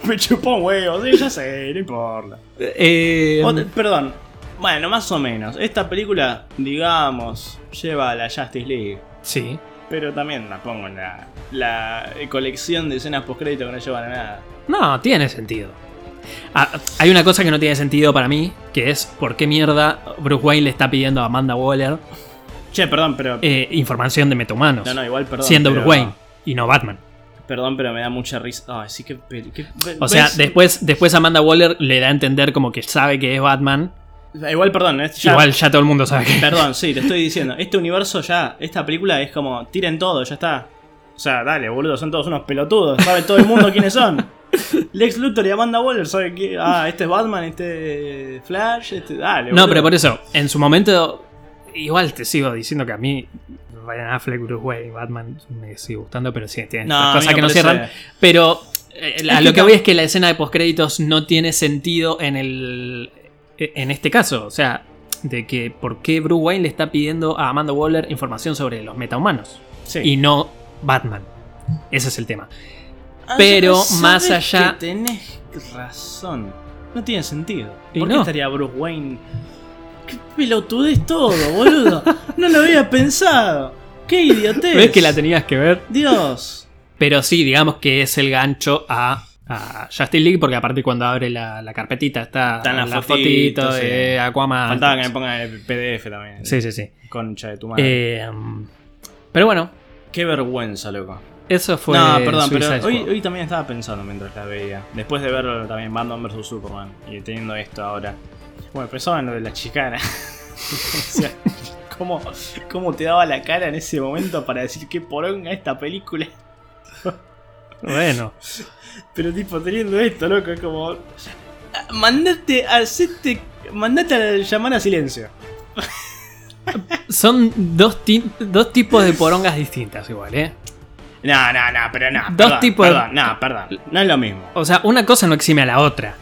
S2: Me chupó un huevo, sí, ya sé, no importa.
S1: Eh, Em.
S2: Ot- perdón. Bueno, más o menos. Esta película, digamos, lleva a la Justice League.
S1: sí.
S2: Pero también la pongo en la, la colección de escenas postcrédito que no llevan a nada.
S1: No, tiene sentido. Ah, hay una cosa que no tiene sentido para mí, que es por qué mierda Bruce Wayne le está pidiendo a Amanda Waller
S2: Che, perdón, pero.
S1: eh, información de metahumanos,
S2: no, no, igual, perdón.
S1: siendo
S2: pero-
S1: Bruce Wayne y no Batman.
S2: Perdón, pero me da mucha risa. Ay, sí que. peli- que-
S1: O sea,
S2: ¿ves?
S1: después, después Amanda Waller le da a entender como que sabe que es Batman.
S2: Igual, perdón. es- ya-
S1: Igual ya todo el mundo sabe que.
S2: Perdón, sí, te estoy diciendo. Este universo ya, esta película es como, tiren todo, ya está. O sea, dale, boludo, son todos unos pelotudos. Sabe todo el mundo quiénes son. Lex Luthor y Amanda Waller saben que. Ah, este es Batman, este Flash, este. Dale,
S1: No,
S2: boludo.
S1: pero por eso, en su momento, igual te sigo diciendo que a mí Ryan Affleck, Bruce Wayne, Batman me sigue gustando, pero sí, tiene
S2: No,
S1: estas
S2: a mí
S1: cosas
S2: me
S1: que no
S2: parece-
S1: cierran. Pero eh, a
S2: que
S1: lo que
S2: tam-
S1: voy es que la escena de postcréditos no tiene sentido en el en este caso, o sea, de que por qué Bruce Wayne le está pidiendo a Amanda Waller información sobre los metahumanos
S2: Sí.
S1: y no Batman. Ese es el tema.
S2: Ah,
S1: pero
S2: ¿sabes
S1: más
S2: que
S1: allá-
S2: tenés razón. No tiene sentido.
S1: Y
S2: ¿Por qué
S1: no.
S2: estaría Bruce Wayne? Qué pelotudez todo, boludo. No lo había pensado. Qué idiotez.
S1: ¿Ves que la tenías que ver?
S2: Dios.
S1: Pero sí, digamos que es el gancho a, a Justice League, porque aparte cuando abre la, la carpetita está
S2: Están las
S1: la
S2: fotitos,
S1: fotito de
S2: sí.
S1: Aquaman.
S2: Faltaba que me pongan el PDF también.
S1: Ah, Sí, sí, sí.
S2: Concha de tu madre.
S1: Eh, um, pero bueno,
S2: Qué vergüenza, loco.
S1: eso fue.
S2: no, perdón,
S1: Suicide
S2: pero hoy,
S1: Squad.
S2: hoy también estaba pensando mientras la veía. Después de ver también Batman vs Superman y teniendo esto ahora. Bueno, pensaba en lo de la chicana. o sea, ¿cómo, cómo te daba la cara en ese momento para decir qué poronga esta película.
S1: Bueno,
S2: Pero tipo, teniendo esto, loco, es como. Mandate, hacete. Mandate a llamar a silencio.
S1: son dos, ti- dos tipos de porongas distintas, igual, ¿eh?
S2: No, no, no, pero no.
S1: Dos
S2: perdón,
S1: tipos de-
S2: Perdón, no, perdón. No es lo mismo.
S1: O sea, una cosa no exime a la otra.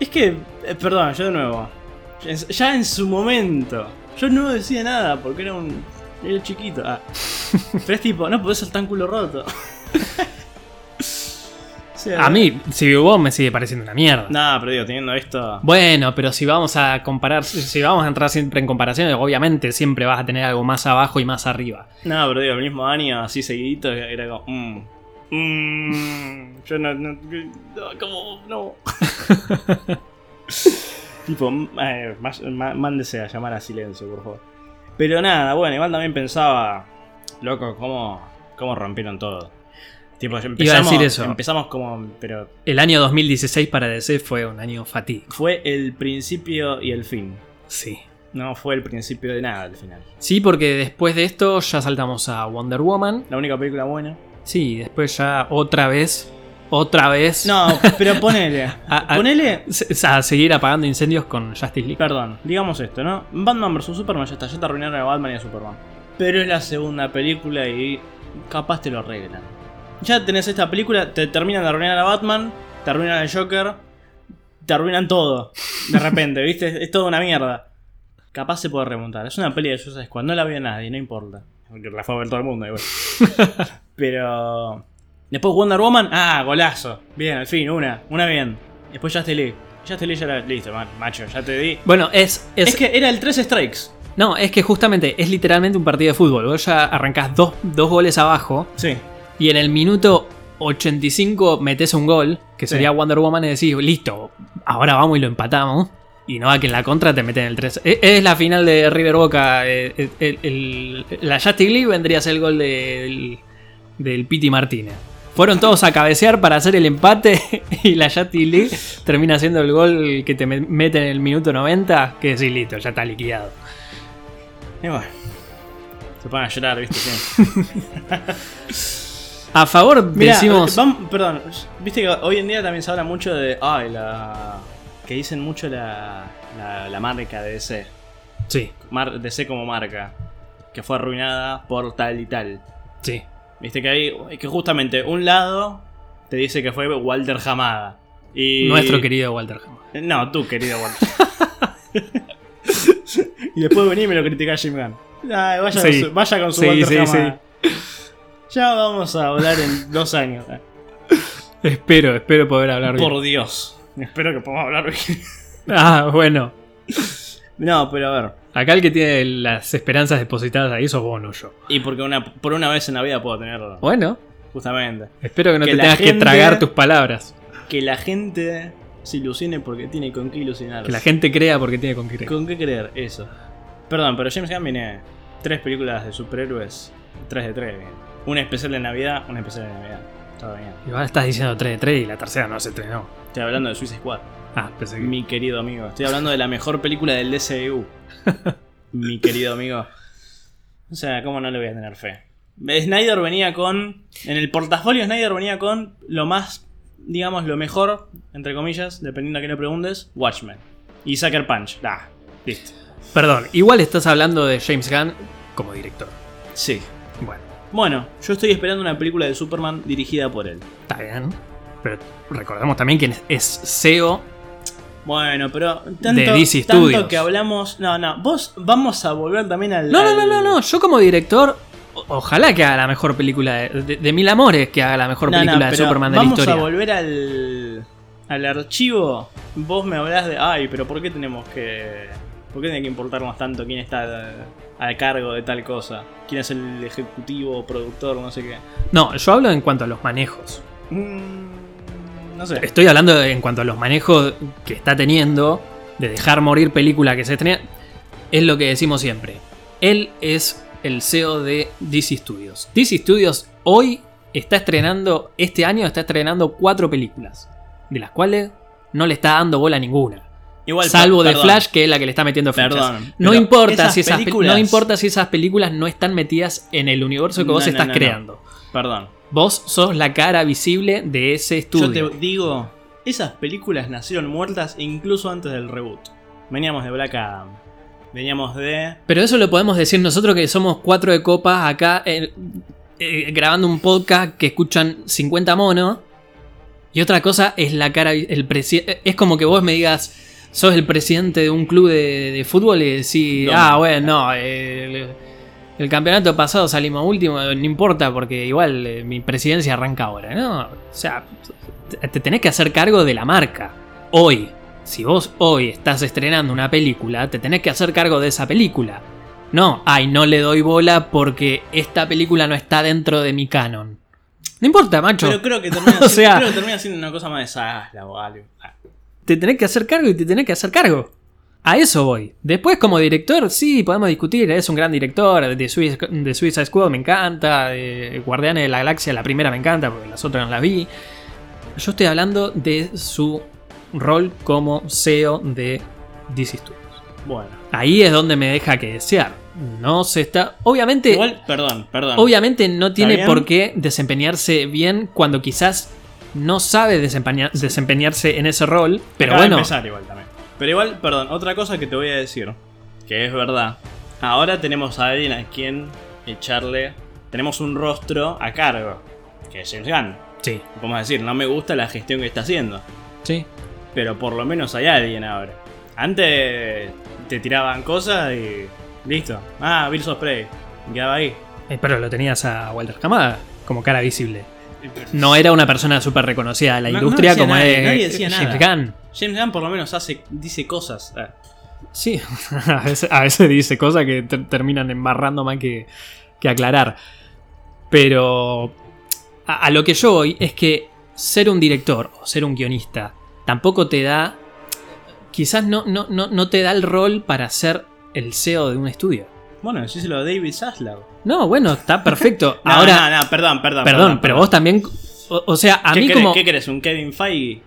S2: Es que, eh, perdón, yo de nuevo. Ya en- Ya en su momento. Yo no decía nada porque era un. Era chiquito. Ah. Pero es tipo, no podés ser tan culo roto. O sea,
S1: A mí, si vos me sigue pareciendo una mierda.
S2: No, pero digo, teniendo esto.
S1: Bueno, pero si vamos a comparar, si vamos a entrar siempre en comparaciones, obviamente siempre vas a tener algo más abajo y más arriba.
S2: No, pero digo, el mismo año, así seguidito, era como. Mmm. Mmm. Yo no. no, no, como. No. tipo, mm, eh, más- ma- mándese a llamar a silencio, por favor. Pero nada, bueno, igual también pensaba. Loco, ¿cómo, cómo rompieron todo? Tipo, empezamos,
S1: decir eso.
S2: empezamos como. Pero
S1: El año 2016 para DC fue un año fatídico.
S2: fue el principio y el fin.
S1: Sí.
S2: No fue el principio de nada al final.
S1: Sí, porque después de esto ya saltamos a Wonder Woman.
S2: La única película buena.
S1: Sí, después ya otra vez, otra vez
S2: No, pero ponele.
S1: A- a-
S2: ponele
S1: se- se- a seguir apagando incendios con Justice League.
S2: Perdón, digamos esto, ¿no? Batman vs Superman ya está, ya te arruinaron a Batman y a Superman. Pero es la segunda película y capaz te lo arreglan. Ya tenés esta película, te terminan de arruinar a Batman, te arruinan al Joker, te arruinan todo. De repente, ¿viste? Es, es toda una mierda. Capaz se puede remontar. Es una peli de Suicide Squad, no la vio nadie, no importa. Porque la fue a ver todo el mundo igual. Pero... Después Wonder Woman, ah, golazo. Bien, al fin, una, una bien. Después Justice League. Justice League ya era listo, man- macho, ya te di.
S1: Bueno, es,
S2: Es,
S1: es,
S2: que era el 3 Strikes.
S1: No, es que justamente es literalmente un partido de fútbol. Vos ya arrancás dos, dos goles abajo
S2: Sí.
S1: y en el minuto 85 metes un gol, que
S2: Sí.
S1: sería Wonder Woman, y decís, listo, ahora vamos y lo empatamos. Y no a que en la contra te meten el 3. Es, es la final de River Boca. eh, eh, el- el- la Justice League vendría a ser el gol del, del Piti Martínez. Fueron todos a cabecear para hacer el empate y la Justice League termina siendo el gol que te me- mete en el minuto 90, que decís, listo, ya está liquidado.
S2: Y bueno. Se van a llorar, viste, sí.
S1: A favor
S2: Mirá,
S1: decimos.
S2: vam- perdón, viste que hoy en día también se habla mucho de. Ay, la. Que dicen mucho la, la, la marca de DC.
S1: Sí,
S2: Mar- DC como marca. Que fue arruinada por tal y tal.
S1: sí.
S2: Viste que hay. Que justamente un lado te dice que fue Walter Hamada. Y.
S1: Nuestro querido Walter Hammond.
S2: No, tú, querido Walter. y después vení y me lo critica Jim Gunn. Ay,
S1: Sí.
S2: vaya, con su, vaya con su
S1: Sí,
S2: Walter
S1: sí,
S2: Hamada. Ya vamos a hablar en dos años. eh.
S1: Espero, espero poder hablar bien.
S2: Por Dios. Espero que podamos hablar bien.
S1: Ah, bueno.
S2: No, pero a ver.
S1: Acá el que tiene las esperanzas depositadas ahí sos vos, no yo.
S2: Y porque una, por una vez en la vida puedo tenerlo.
S1: Bueno,
S2: Justamente.
S1: espero que no
S2: Que
S1: te
S2: la
S1: tengas que
S2: gente-
S1: tragar tus palabras.
S2: Que la gente se ilusione porque tiene con qué ilusionarse.
S1: Que la gente crea porque tiene con qué creer.
S2: ¿Con qué creer? Eso. Perdón, pero James Gunn viene tres películas de superhéroes, tres de tres. viene. Una especial de Navidad, una especial de Navidad. Todo bien.
S1: Y ahora estás diciendo 3 de 3 y la tercera no se estrenó.
S2: Estoy hablando de Suicide Squad,
S1: Ah, pensé que-
S2: mi querido amigo. Estoy hablando de la mejor película del DCU, mi querido amigo. O sea, ¿cómo no le voy a tener fe? Snyder venía con. En el portafolio Snyder venía con lo más, digamos, lo mejor, entre comillas, dependiendo a quién le preguntes, Watchmen. Y Sucker Punch. Ah, listo.
S1: Perdón, igual estás hablando de James Gunn como director.
S2: Sí.
S1: Bueno,
S2: Bueno, yo estoy esperando una película de Superman dirigida por él.
S1: está bien. Pero recordemos también quién es, E es CEO.
S2: Bueno, pero tanto,
S1: De DC
S2: tanto
S1: Studios.
S2: que hablamos. No, no, vos vamos a volver también al.
S1: No, no, no,
S2: al-
S1: no, no. Yo como director, o- ojalá que haga la mejor película de, de- de Mil Amores, que haga la mejor
S2: No, no,
S1: película de
S2: pero
S1: Superman de la
S2: vamos
S1: historia.
S2: a volver al. al archivo. Vos me hablás de. Ay, pero ¿por qué tenemos que. ¿Por qué tiene que importarnos tanto quién está al cargo de tal cosa? ¿Quién es el ejecutivo, productor, no sé qué?
S1: No, yo hablo en cuanto a los manejos.
S2: Mm, no sé.
S1: Estoy hablando de- en cuanto a los manejos que está teniendo, de dejar morir película que se estrena. Es lo que decimos siempre. Él es el CEO de DC Studios. DC Studios hoy está estrenando, este año está estrenando cuatro películas, de las cuales no le está dando bola a ninguna.
S2: Igual,
S1: salvo
S2: per-
S1: de
S2: perdón.
S1: Flash, que es la que le está metiendo fichas.
S2: Perdón,
S1: no
S2: pero
S1: importa
S2: esas
S1: si esas pe-
S2: películas-
S1: no importa si esas películas no están metidas en el universo que
S2: No,
S1: vos
S2: no,
S1: estás
S2: no, no.
S1: creando.
S2: Perdón.
S1: Vos sos la cara visible de ese estudio.
S2: Yo te digo, esas películas nacieron muertas incluso antes del reboot. Veníamos de Black Adam. Veníamos de.
S1: Pero eso lo podemos decir nosotros que somos cuatro de copas acá eh, eh, grabando un podcast que escuchan 50 monos. Y otra cosa es la cara. El presi- es como que vos me digas, sos el presidente de un club de, de fútbol y decís,
S2: No.
S1: ah, bueno, no, el, el campeonato pasado salimos último, no importa porque igual eh, mi presidencia arranca ahora, ¿no? O sea, te- te tenés que hacer cargo de la marca. Hoy, si vos hoy estás estrenando una película, te tenés que hacer cargo de esa película. No, ay, no le doy bola porque esta película no está dentro de mi canon. No importa, macho.
S2: Pero creo que termina,
S1: O
S2: siendo,
S1: sea-
S2: creo que termina siendo una cosa más desagradable o algo. Ah,
S1: te tenés que hacer cargo y te tenés que hacer cargo. A eso voy. Después, como director, sí, podemos discutir. Es un gran director. De Suiza de Suicide Squad me encanta. De Guardianes de la Galaxia, la primera me encanta porque las otras no las vi. Yo estoy hablando de su rol como CEO de DC Studios.
S2: Bueno.
S1: Ahí es donde me deja que desear. No se está. Obviamente.
S2: Igual, perdón, perdón.
S1: Obviamente no tiene
S2: bien?
S1: por qué desempeñarse bien cuando quizás no sabe desempeña- desempeñarse en ese rol. Pero
S2: Acaba de
S1: bueno,
S2: empezar igual también. Pero igual, perdón, otra cosa que te voy a decir, que es verdad. Ahora tenemos a alguien a quien echarle. Tenemos un rostro a cargo, que es James Gunn.
S1: sí,
S2: Podemos decir, no me gusta la gestión que está haciendo.
S1: sí.
S2: Pero por lo menos hay alguien ahora. Antes te tiraban cosas y. listo. Ah, Bill Spray. Y Quedaba ahí.
S1: Eh, Pero lo tenías a Walter Camada como cara visible. No era una persona súper reconocida de la
S2: No- no
S1: industria
S2: decía
S1: como
S2: nadie,
S1: es
S2: nadie decía
S1: James
S2: nada.
S1: Gunn.
S2: James Gunn por lo menos hace, dice cosas. Ah,
S1: Sí, a veces, a veces dice cosas que ter- terminan embarrando más que, que aclarar. Pero a, a lo que yo voy es que ser un director o ser un guionista tampoco te da, quizás no, no, no, no te da el rol para ser el CEO de un estudio.
S2: Bueno, decíselo a David Zaslav.
S1: No, bueno, está perfecto.
S2: No,
S1: Ahora,
S2: no, no, perdón, perdón.
S1: perdón, pero vos también, o, o sea, a
S2: ¿Qué
S1: mí
S2: querés-
S1: como... e,
S2: ¿Qué querés? ¿Un Kevin Feige?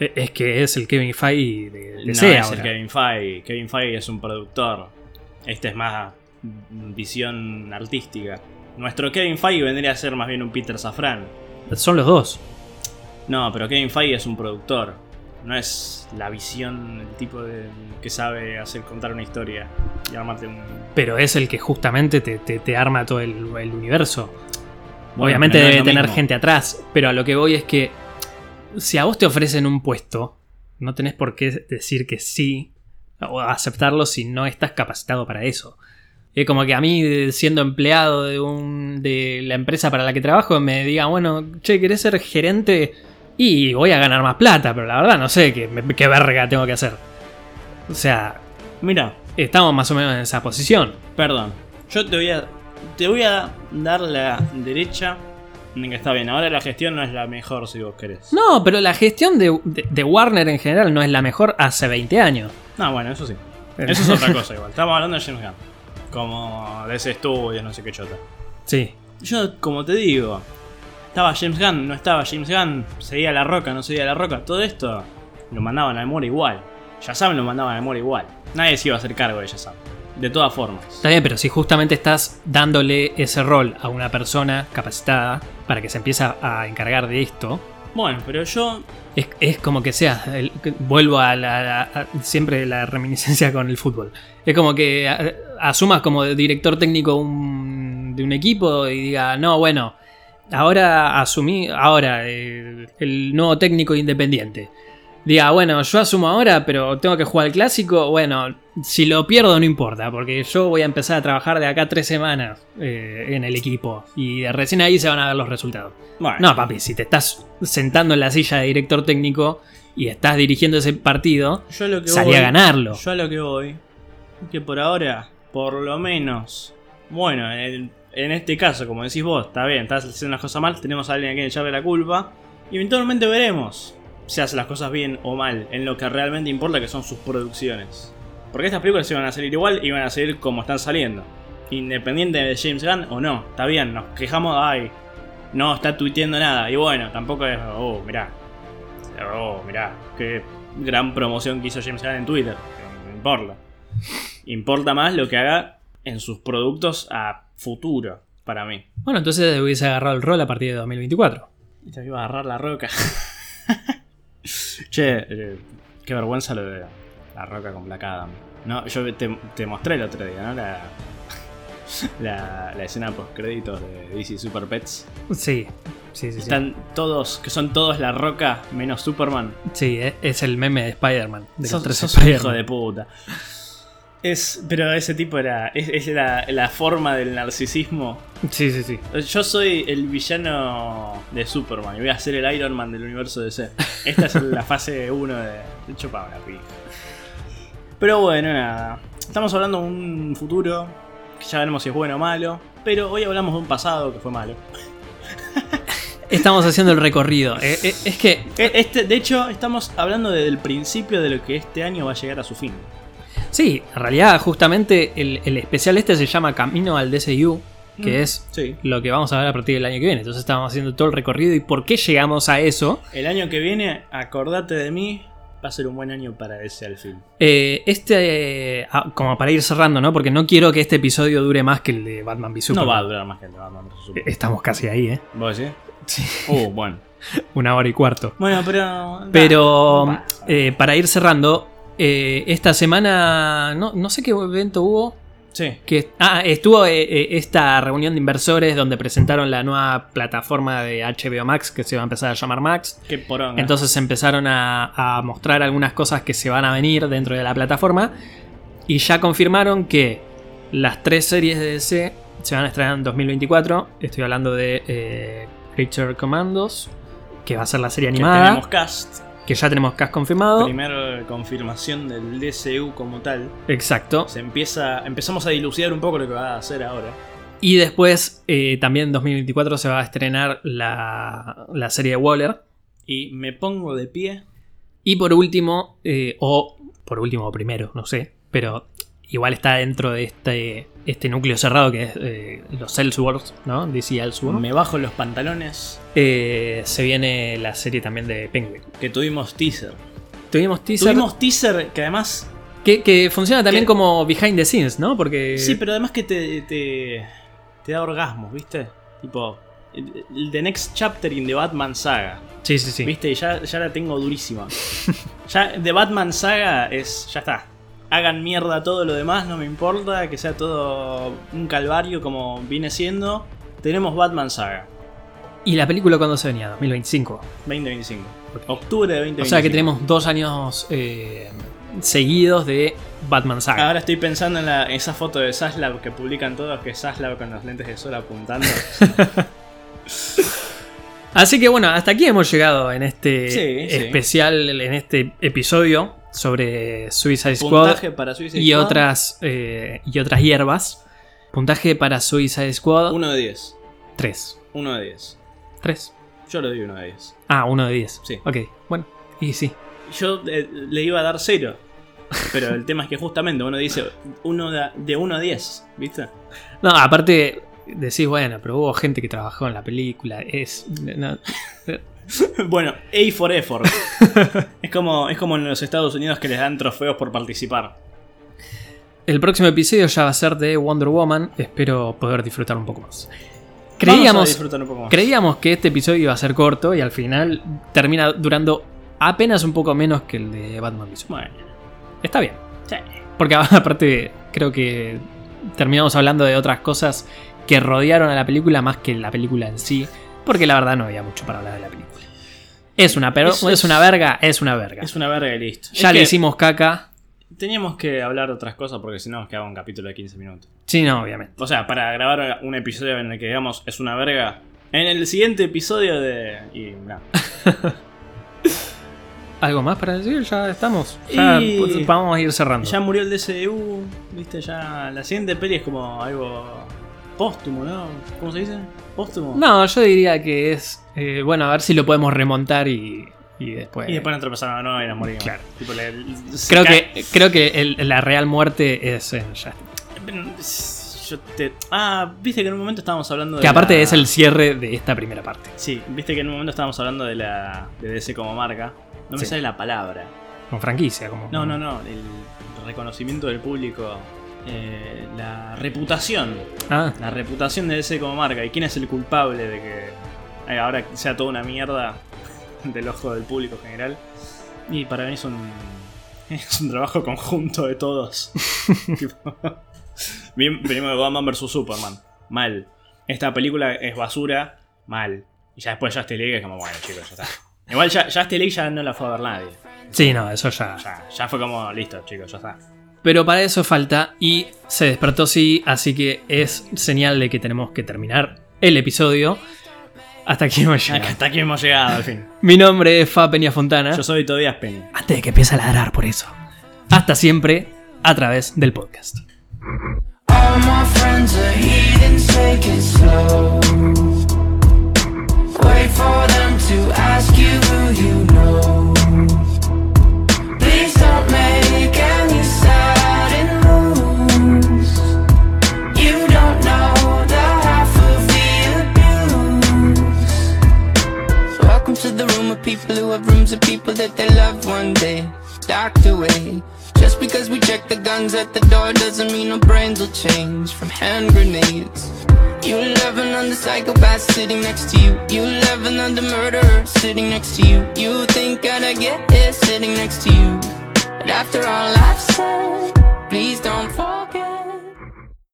S1: Es que es el Kevin Feige de, de
S2: no,
S1: SEA
S2: es el
S1: ahora.
S2: Kevin Feige. Kevin Feige es un productor. Este es más mm, visión artística. Nuestro Kevin Feige vendría a ser más bien un Peter Safran.
S1: Son los dos.
S2: No, pero Kevin Feige es un productor. No es la visión, el tipo de, que sabe hacer contar una historia y armarte un.
S1: Pero es el que justamente te, te- te arma todo el, el universo.
S2: Bueno,
S1: Obviamente
S2: pero no es
S1: debe
S2: lo
S1: tener
S2: mismo.
S1: gente atrás, pero a lo que voy es que si a vos te ofrecen un puesto, no tenés por qué decir que sí o aceptarlo si no estás capacitado para eso. Es como que a mí, de- siendo empleado de, un, de la empresa para la que trabajo, me digan, bueno, che, ¿querés ser gerente? Y voy a ganar más plata, pero la verdad no sé qué, qué verga tengo que hacer. O sea,
S2: Mira,
S1: estamos más o menos en esa posición.
S2: perdón. Yo te voy a. Te voy a dar la derecha. en que Está bien, ahora la gestión no es la mejor si vos querés.
S1: No, pero la gestión de, de- de Warner en general no es la mejor hace 20 años.
S2: No, Ah, bueno, eso sí. Eso es otra cosa igual. Estamos hablando de James Gunn. Como de ese estudio, no sé qué chota.
S1: Sí.
S2: Yo, como te digo, estaba James Gunn, no estaba James Gunn, seguía la roca, no seguía la roca, todo esto lo mandaban al muro igual. Yazam lo mandaban al muro igual. Nadie se iba a hacer cargo de Yazam. De todas formas.
S1: Está bien, pero si justamente estás dándole ese rol a una persona capacitada para que se empiece a encargar de esto,
S2: Bueno, pero yo.
S1: es, es como que sea, el- que- vuelvo a, la, a- a- siempre la reminiscencia con el fútbol. Es como que a- asumas como director técnico un- de un equipo y diga, no, bueno, ahora asumí, ahora eh, el nuevo técnico independiente. Diga, bueno, yo asumo ahora, pero tengo que jugar el clásico. Bueno, si lo pierdo no importa, porque yo voy a empezar a trabajar de acá tres semanas eh, en el equipo y recién ahí se van a ver los resultados.
S2: Bueno,
S1: No, papi, si te estás sentando en la silla de director técnico y estás dirigiendo ese partido,
S2: yo a lo que
S1: salí
S2: voy,
S1: a ganarlo.
S2: Yo a lo que voy. es Que por ahora, por lo menos. Bueno, en, en este caso, como decís vos, está bien, estás haciendo las cosas mal, tenemos a alguien a quien echarle la culpa. Y eventualmente veremos si hace las cosas bien o mal, en lo que realmente importa que son sus producciones. Porque estas películas se van a salir igual y van a salir como están saliendo. Independiente de James Gunn o no, está bien, nos quejamos, ay, no está tuiteando nada. Y bueno, tampoco es, oh, mirá, oh, mirá, qué gran promoción que hizo James Gunn en Twitter. No importa. Importa más lo que haga en sus productos a futuro, para mí.
S1: Bueno, entonces hubiese agarrado el rol a partir de 2024.
S2: Y te iba a agarrar la roca. che, eh, qué vergüenza lo de la roca con Black Adam. No, yo te, te mostré el otro día, ¿no? La, la, la escena post créditos de DC Super Pets.
S1: Sí, sí, sí. Sí,
S2: Están todos, que son todos la roca menos Superman.
S1: Sí, es- es el meme de Spider-Man. De los
S2: Sos,
S1: tres
S2: sos un hijo
S1: Spider-Man.
S2: de puta. Es, pero ese tipo era. Es, es la, la forma del narcisismo.
S1: Sí, sí, sí.
S2: Yo soy el villano de Superman y voy a ser el Iron Man del universo DC. Esta es la fase 1 de. de Chupame la pija. Pero bueno, nada. Estamos hablando de un futuro que ya veremos si es bueno o malo. Pero hoy hablamos de un pasado que fue malo.
S1: Estamos haciendo el recorrido. Eh, eh, es que
S2: E- Este, de hecho, estamos hablando desde el principio de lo que este año va a llegar a su fin.
S1: Sí, en realidad justamente el, el especial este se llama Camino al DCU, que
S2: Mm.
S1: es
S2: Sí.
S1: lo que vamos a ver a partir del año que viene. Entonces estábamos haciendo todo el recorrido y por qué llegamos a eso.
S2: El año que viene, acordate de mí, va a ser un buen año para ese al fin.
S1: Eh, este, eh, ah, como para ir cerrando, ¿no? Porque no quiero que este episodio dure más que el de Batman v
S2: No
S1: Superman.
S2: va a durar más que el de Batman vs
S1: Eh,
S2: Superman.
S1: Estamos casi ahí, ¿eh?
S2: ¿Vos decís?
S1: Sí.
S2: Uh, bueno.
S1: Una hora y cuarto.
S2: Bueno, pero.
S1: Pero
S2: Va.
S1: eh, para ir cerrando, eh, esta semana, no, no sé qué evento hubo,
S2: Sí.
S1: Que, ah, estuvo eh, eh, esta reunión de inversores donde presentaron la nueva plataforma de HBO Max que se va a empezar a llamar Max.
S2: Qué poronga.
S1: Entonces empezaron a, a mostrar algunas cosas que se van a venir dentro de la plataforma. Y ya confirmaron que las tres series de DC se van a estrenar en 2024. Estoy hablando de eh, Creature Commandos, que va a ser la serie
S2: Que
S1: animada.
S2: Tenemos cast.
S1: que ya tenemos cast confirmado.
S2: Primera confirmación del DCU como tal.
S1: Exacto.
S2: Se empieza, empezamos a dilucidar un poco lo que va a hacer ahora.
S1: Y después, eh, también en 2024 se va a estrenar la, la serie de Waller.
S2: Y me pongo de pie.
S1: Y por último, eh, o por último o primero, no sé, pero igual está dentro de este, este núcleo cerrado que es eh, los Elseworlds, ¿no? DC Elseworlds.
S2: Me bajo los pantalones.
S1: Eh, se viene la serie también de Penguin.
S2: Que tuvimos teaser.
S1: Tuvimos teaser
S2: Tuvimos teaser que además.
S1: que, que funciona también
S2: que-
S1: como behind the scenes, ¿no? Porque
S2: Sí, pero además que te, te, te da orgasmos, ¿viste? Tipo. el- el- The Next Chapter in the Batman Saga.
S1: sí, sí, sí.
S2: ¿Viste? Ya, ya la tengo durísima. ya The Batman Saga es. Ya está. Hagan mierda todo lo demás, no me importa. Que sea todo un calvario como viene siendo. Tenemos Batman Saga
S1: ¿Y la película cuándo se venía? 2025.
S2: 2025. Octubre de 2025.
S1: O sea que tenemos dos años eh, seguidos de Batman Saga.
S2: Ahora estoy pensando en la- esa foto de Saslav que publican todos, que es Saslav con los lentes de sol apuntando.
S1: Así que bueno, hasta aquí hemos llegado en este
S2: Sí, sí.
S1: especial, en este episodio sobre Suicide Squad
S2: Puntaje para Suicide
S1: y
S2: Squad,
S1: otras, eh, y otras hierbas. Puntaje para Suicide Squad
S2: 1 de 10.
S1: 3.
S2: 1 de 10.
S1: 3.
S2: Yo le doy 1 de 10.
S1: Ah, 1 de 10.
S2: Sí.
S1: Ok, bueno. Y sí.
S2: Yo eh, le iba a dar 0. Pero el tema es que justamente uno dice uno da- de 1 a 10, ¿viste?
S1: No, aparte decís, bueno, pero hubo gente que trabajó en la película. Es. no-
S2: bueno, A for effort. es, como, es como en los Estados Unidos que les dan trofeos por participar.
S1: El próximo episodio ya va a ser de Wonder Woman. Espero poder disfrutar un poco más.
S2: Vamos a
S1: Creíamos.
S2: disfrutar un poco más.
S1: Creíamos que este episodio iba a ser corto y al final termina durando apenas un poco menos que el de Batman v Superman.
S2: Bueno,
S1: Está bien,
S2: sí.
S1: porque aparte creo que terminamos hablando de otras cosas que rodearon a la película más que la película en sí, porque la verdad no había mucho para hablar de la película. Es una, pero es,
S2: Es- es-
S1: una verga, es una verga.
S2: es una verga y listo.
S1: ya
S2: Es
S1: le
S2: que
S1: hicimos caca.
S2: Teníamos que hablar de otras cosas porque si no nos quedaba un capítulo de 15 minutos.
S1: Sí, no, obviamente.
S2: O sea, para grabar un episodio en el que digamos es una verga. En el siguiente episodio de. Y nada.
S1: ¿Algo más para decir? Ya estamos. Ya
S2: Y-
S1: pues, vamos a ir cerrando.
S2: Ya murió el DCU, viste, ya. La siguiente peli es como algo. póstumo, ¿no? ¿Cómo se dice? Póstumo.
S1: No, yo diría que es. eh, bueno, a ver si lo podemos remontar y, y después.
S2: Y después nos tropezaron no, y nos morimos.
S1: Claro.
S2: Tipo, le- se
S1: Creo
S2: ca-
S1: que, creo que el- la real muerte es en Justice.
S2: Yo te. Ah, viste que en un momento estábamos hablando de.
S1: Que aparte
S2: la-
S1: es el cierre de esta primera parte.
S2: Sí, viste que en un momento estábamos hablando de la. de DC como marca. No me
S1: Sí.
S2: sale la palabra.
S1: Con franquicia, como.
S2: No, no, no. El reconocimiento del público. eh, la reputación.
S1: Ah,
S2: La reputación de DC como marca. ¿Y quién es el culpable de que eh, ahora sea toda una mierda del ojo del público en general? Y para mí es un, es un trabajo conjunto de todos. Tipo, bien, venimos de Batman vs. Superman. Mal. Esta película es basura. Mal. Y ya después Justice League es como, bueno, chicos, ya está. Igual ya, Justice League ya no la fue a ver nadie.
S1: sí, no, eso ya.
S2: Ya, ya fue como, listo, chicos, ya está.
S1: Pero para eso falta y se despertó sí, así que es señal de que tenemos que terminar el episodio. Hasta aquí hemos llegado.
S2: Hasta aquí hemos llegado, al fin.
S1: Mi nombre es Fa Peña Fontana.
S2: Yo soy Tobias Penny.
S1: Antes de que empiece a ladrar por eso. Hasta siempre a través del podcast.
S3: All my friends are heathens, take it slow. Wait for them to ask you who you know. Please don't make any sudden moves. You don't know the half of the abuse. Welcome to the room of people who have rooms of people that they love one day, docked away. Just because we check the guns at the door doesn't mean our brains will change from hand grenades. You love another psychopath sitting next to you. You love another murderer sitting next to you. You think I'd get it sitting next to you. But after all I've said, please don't forget.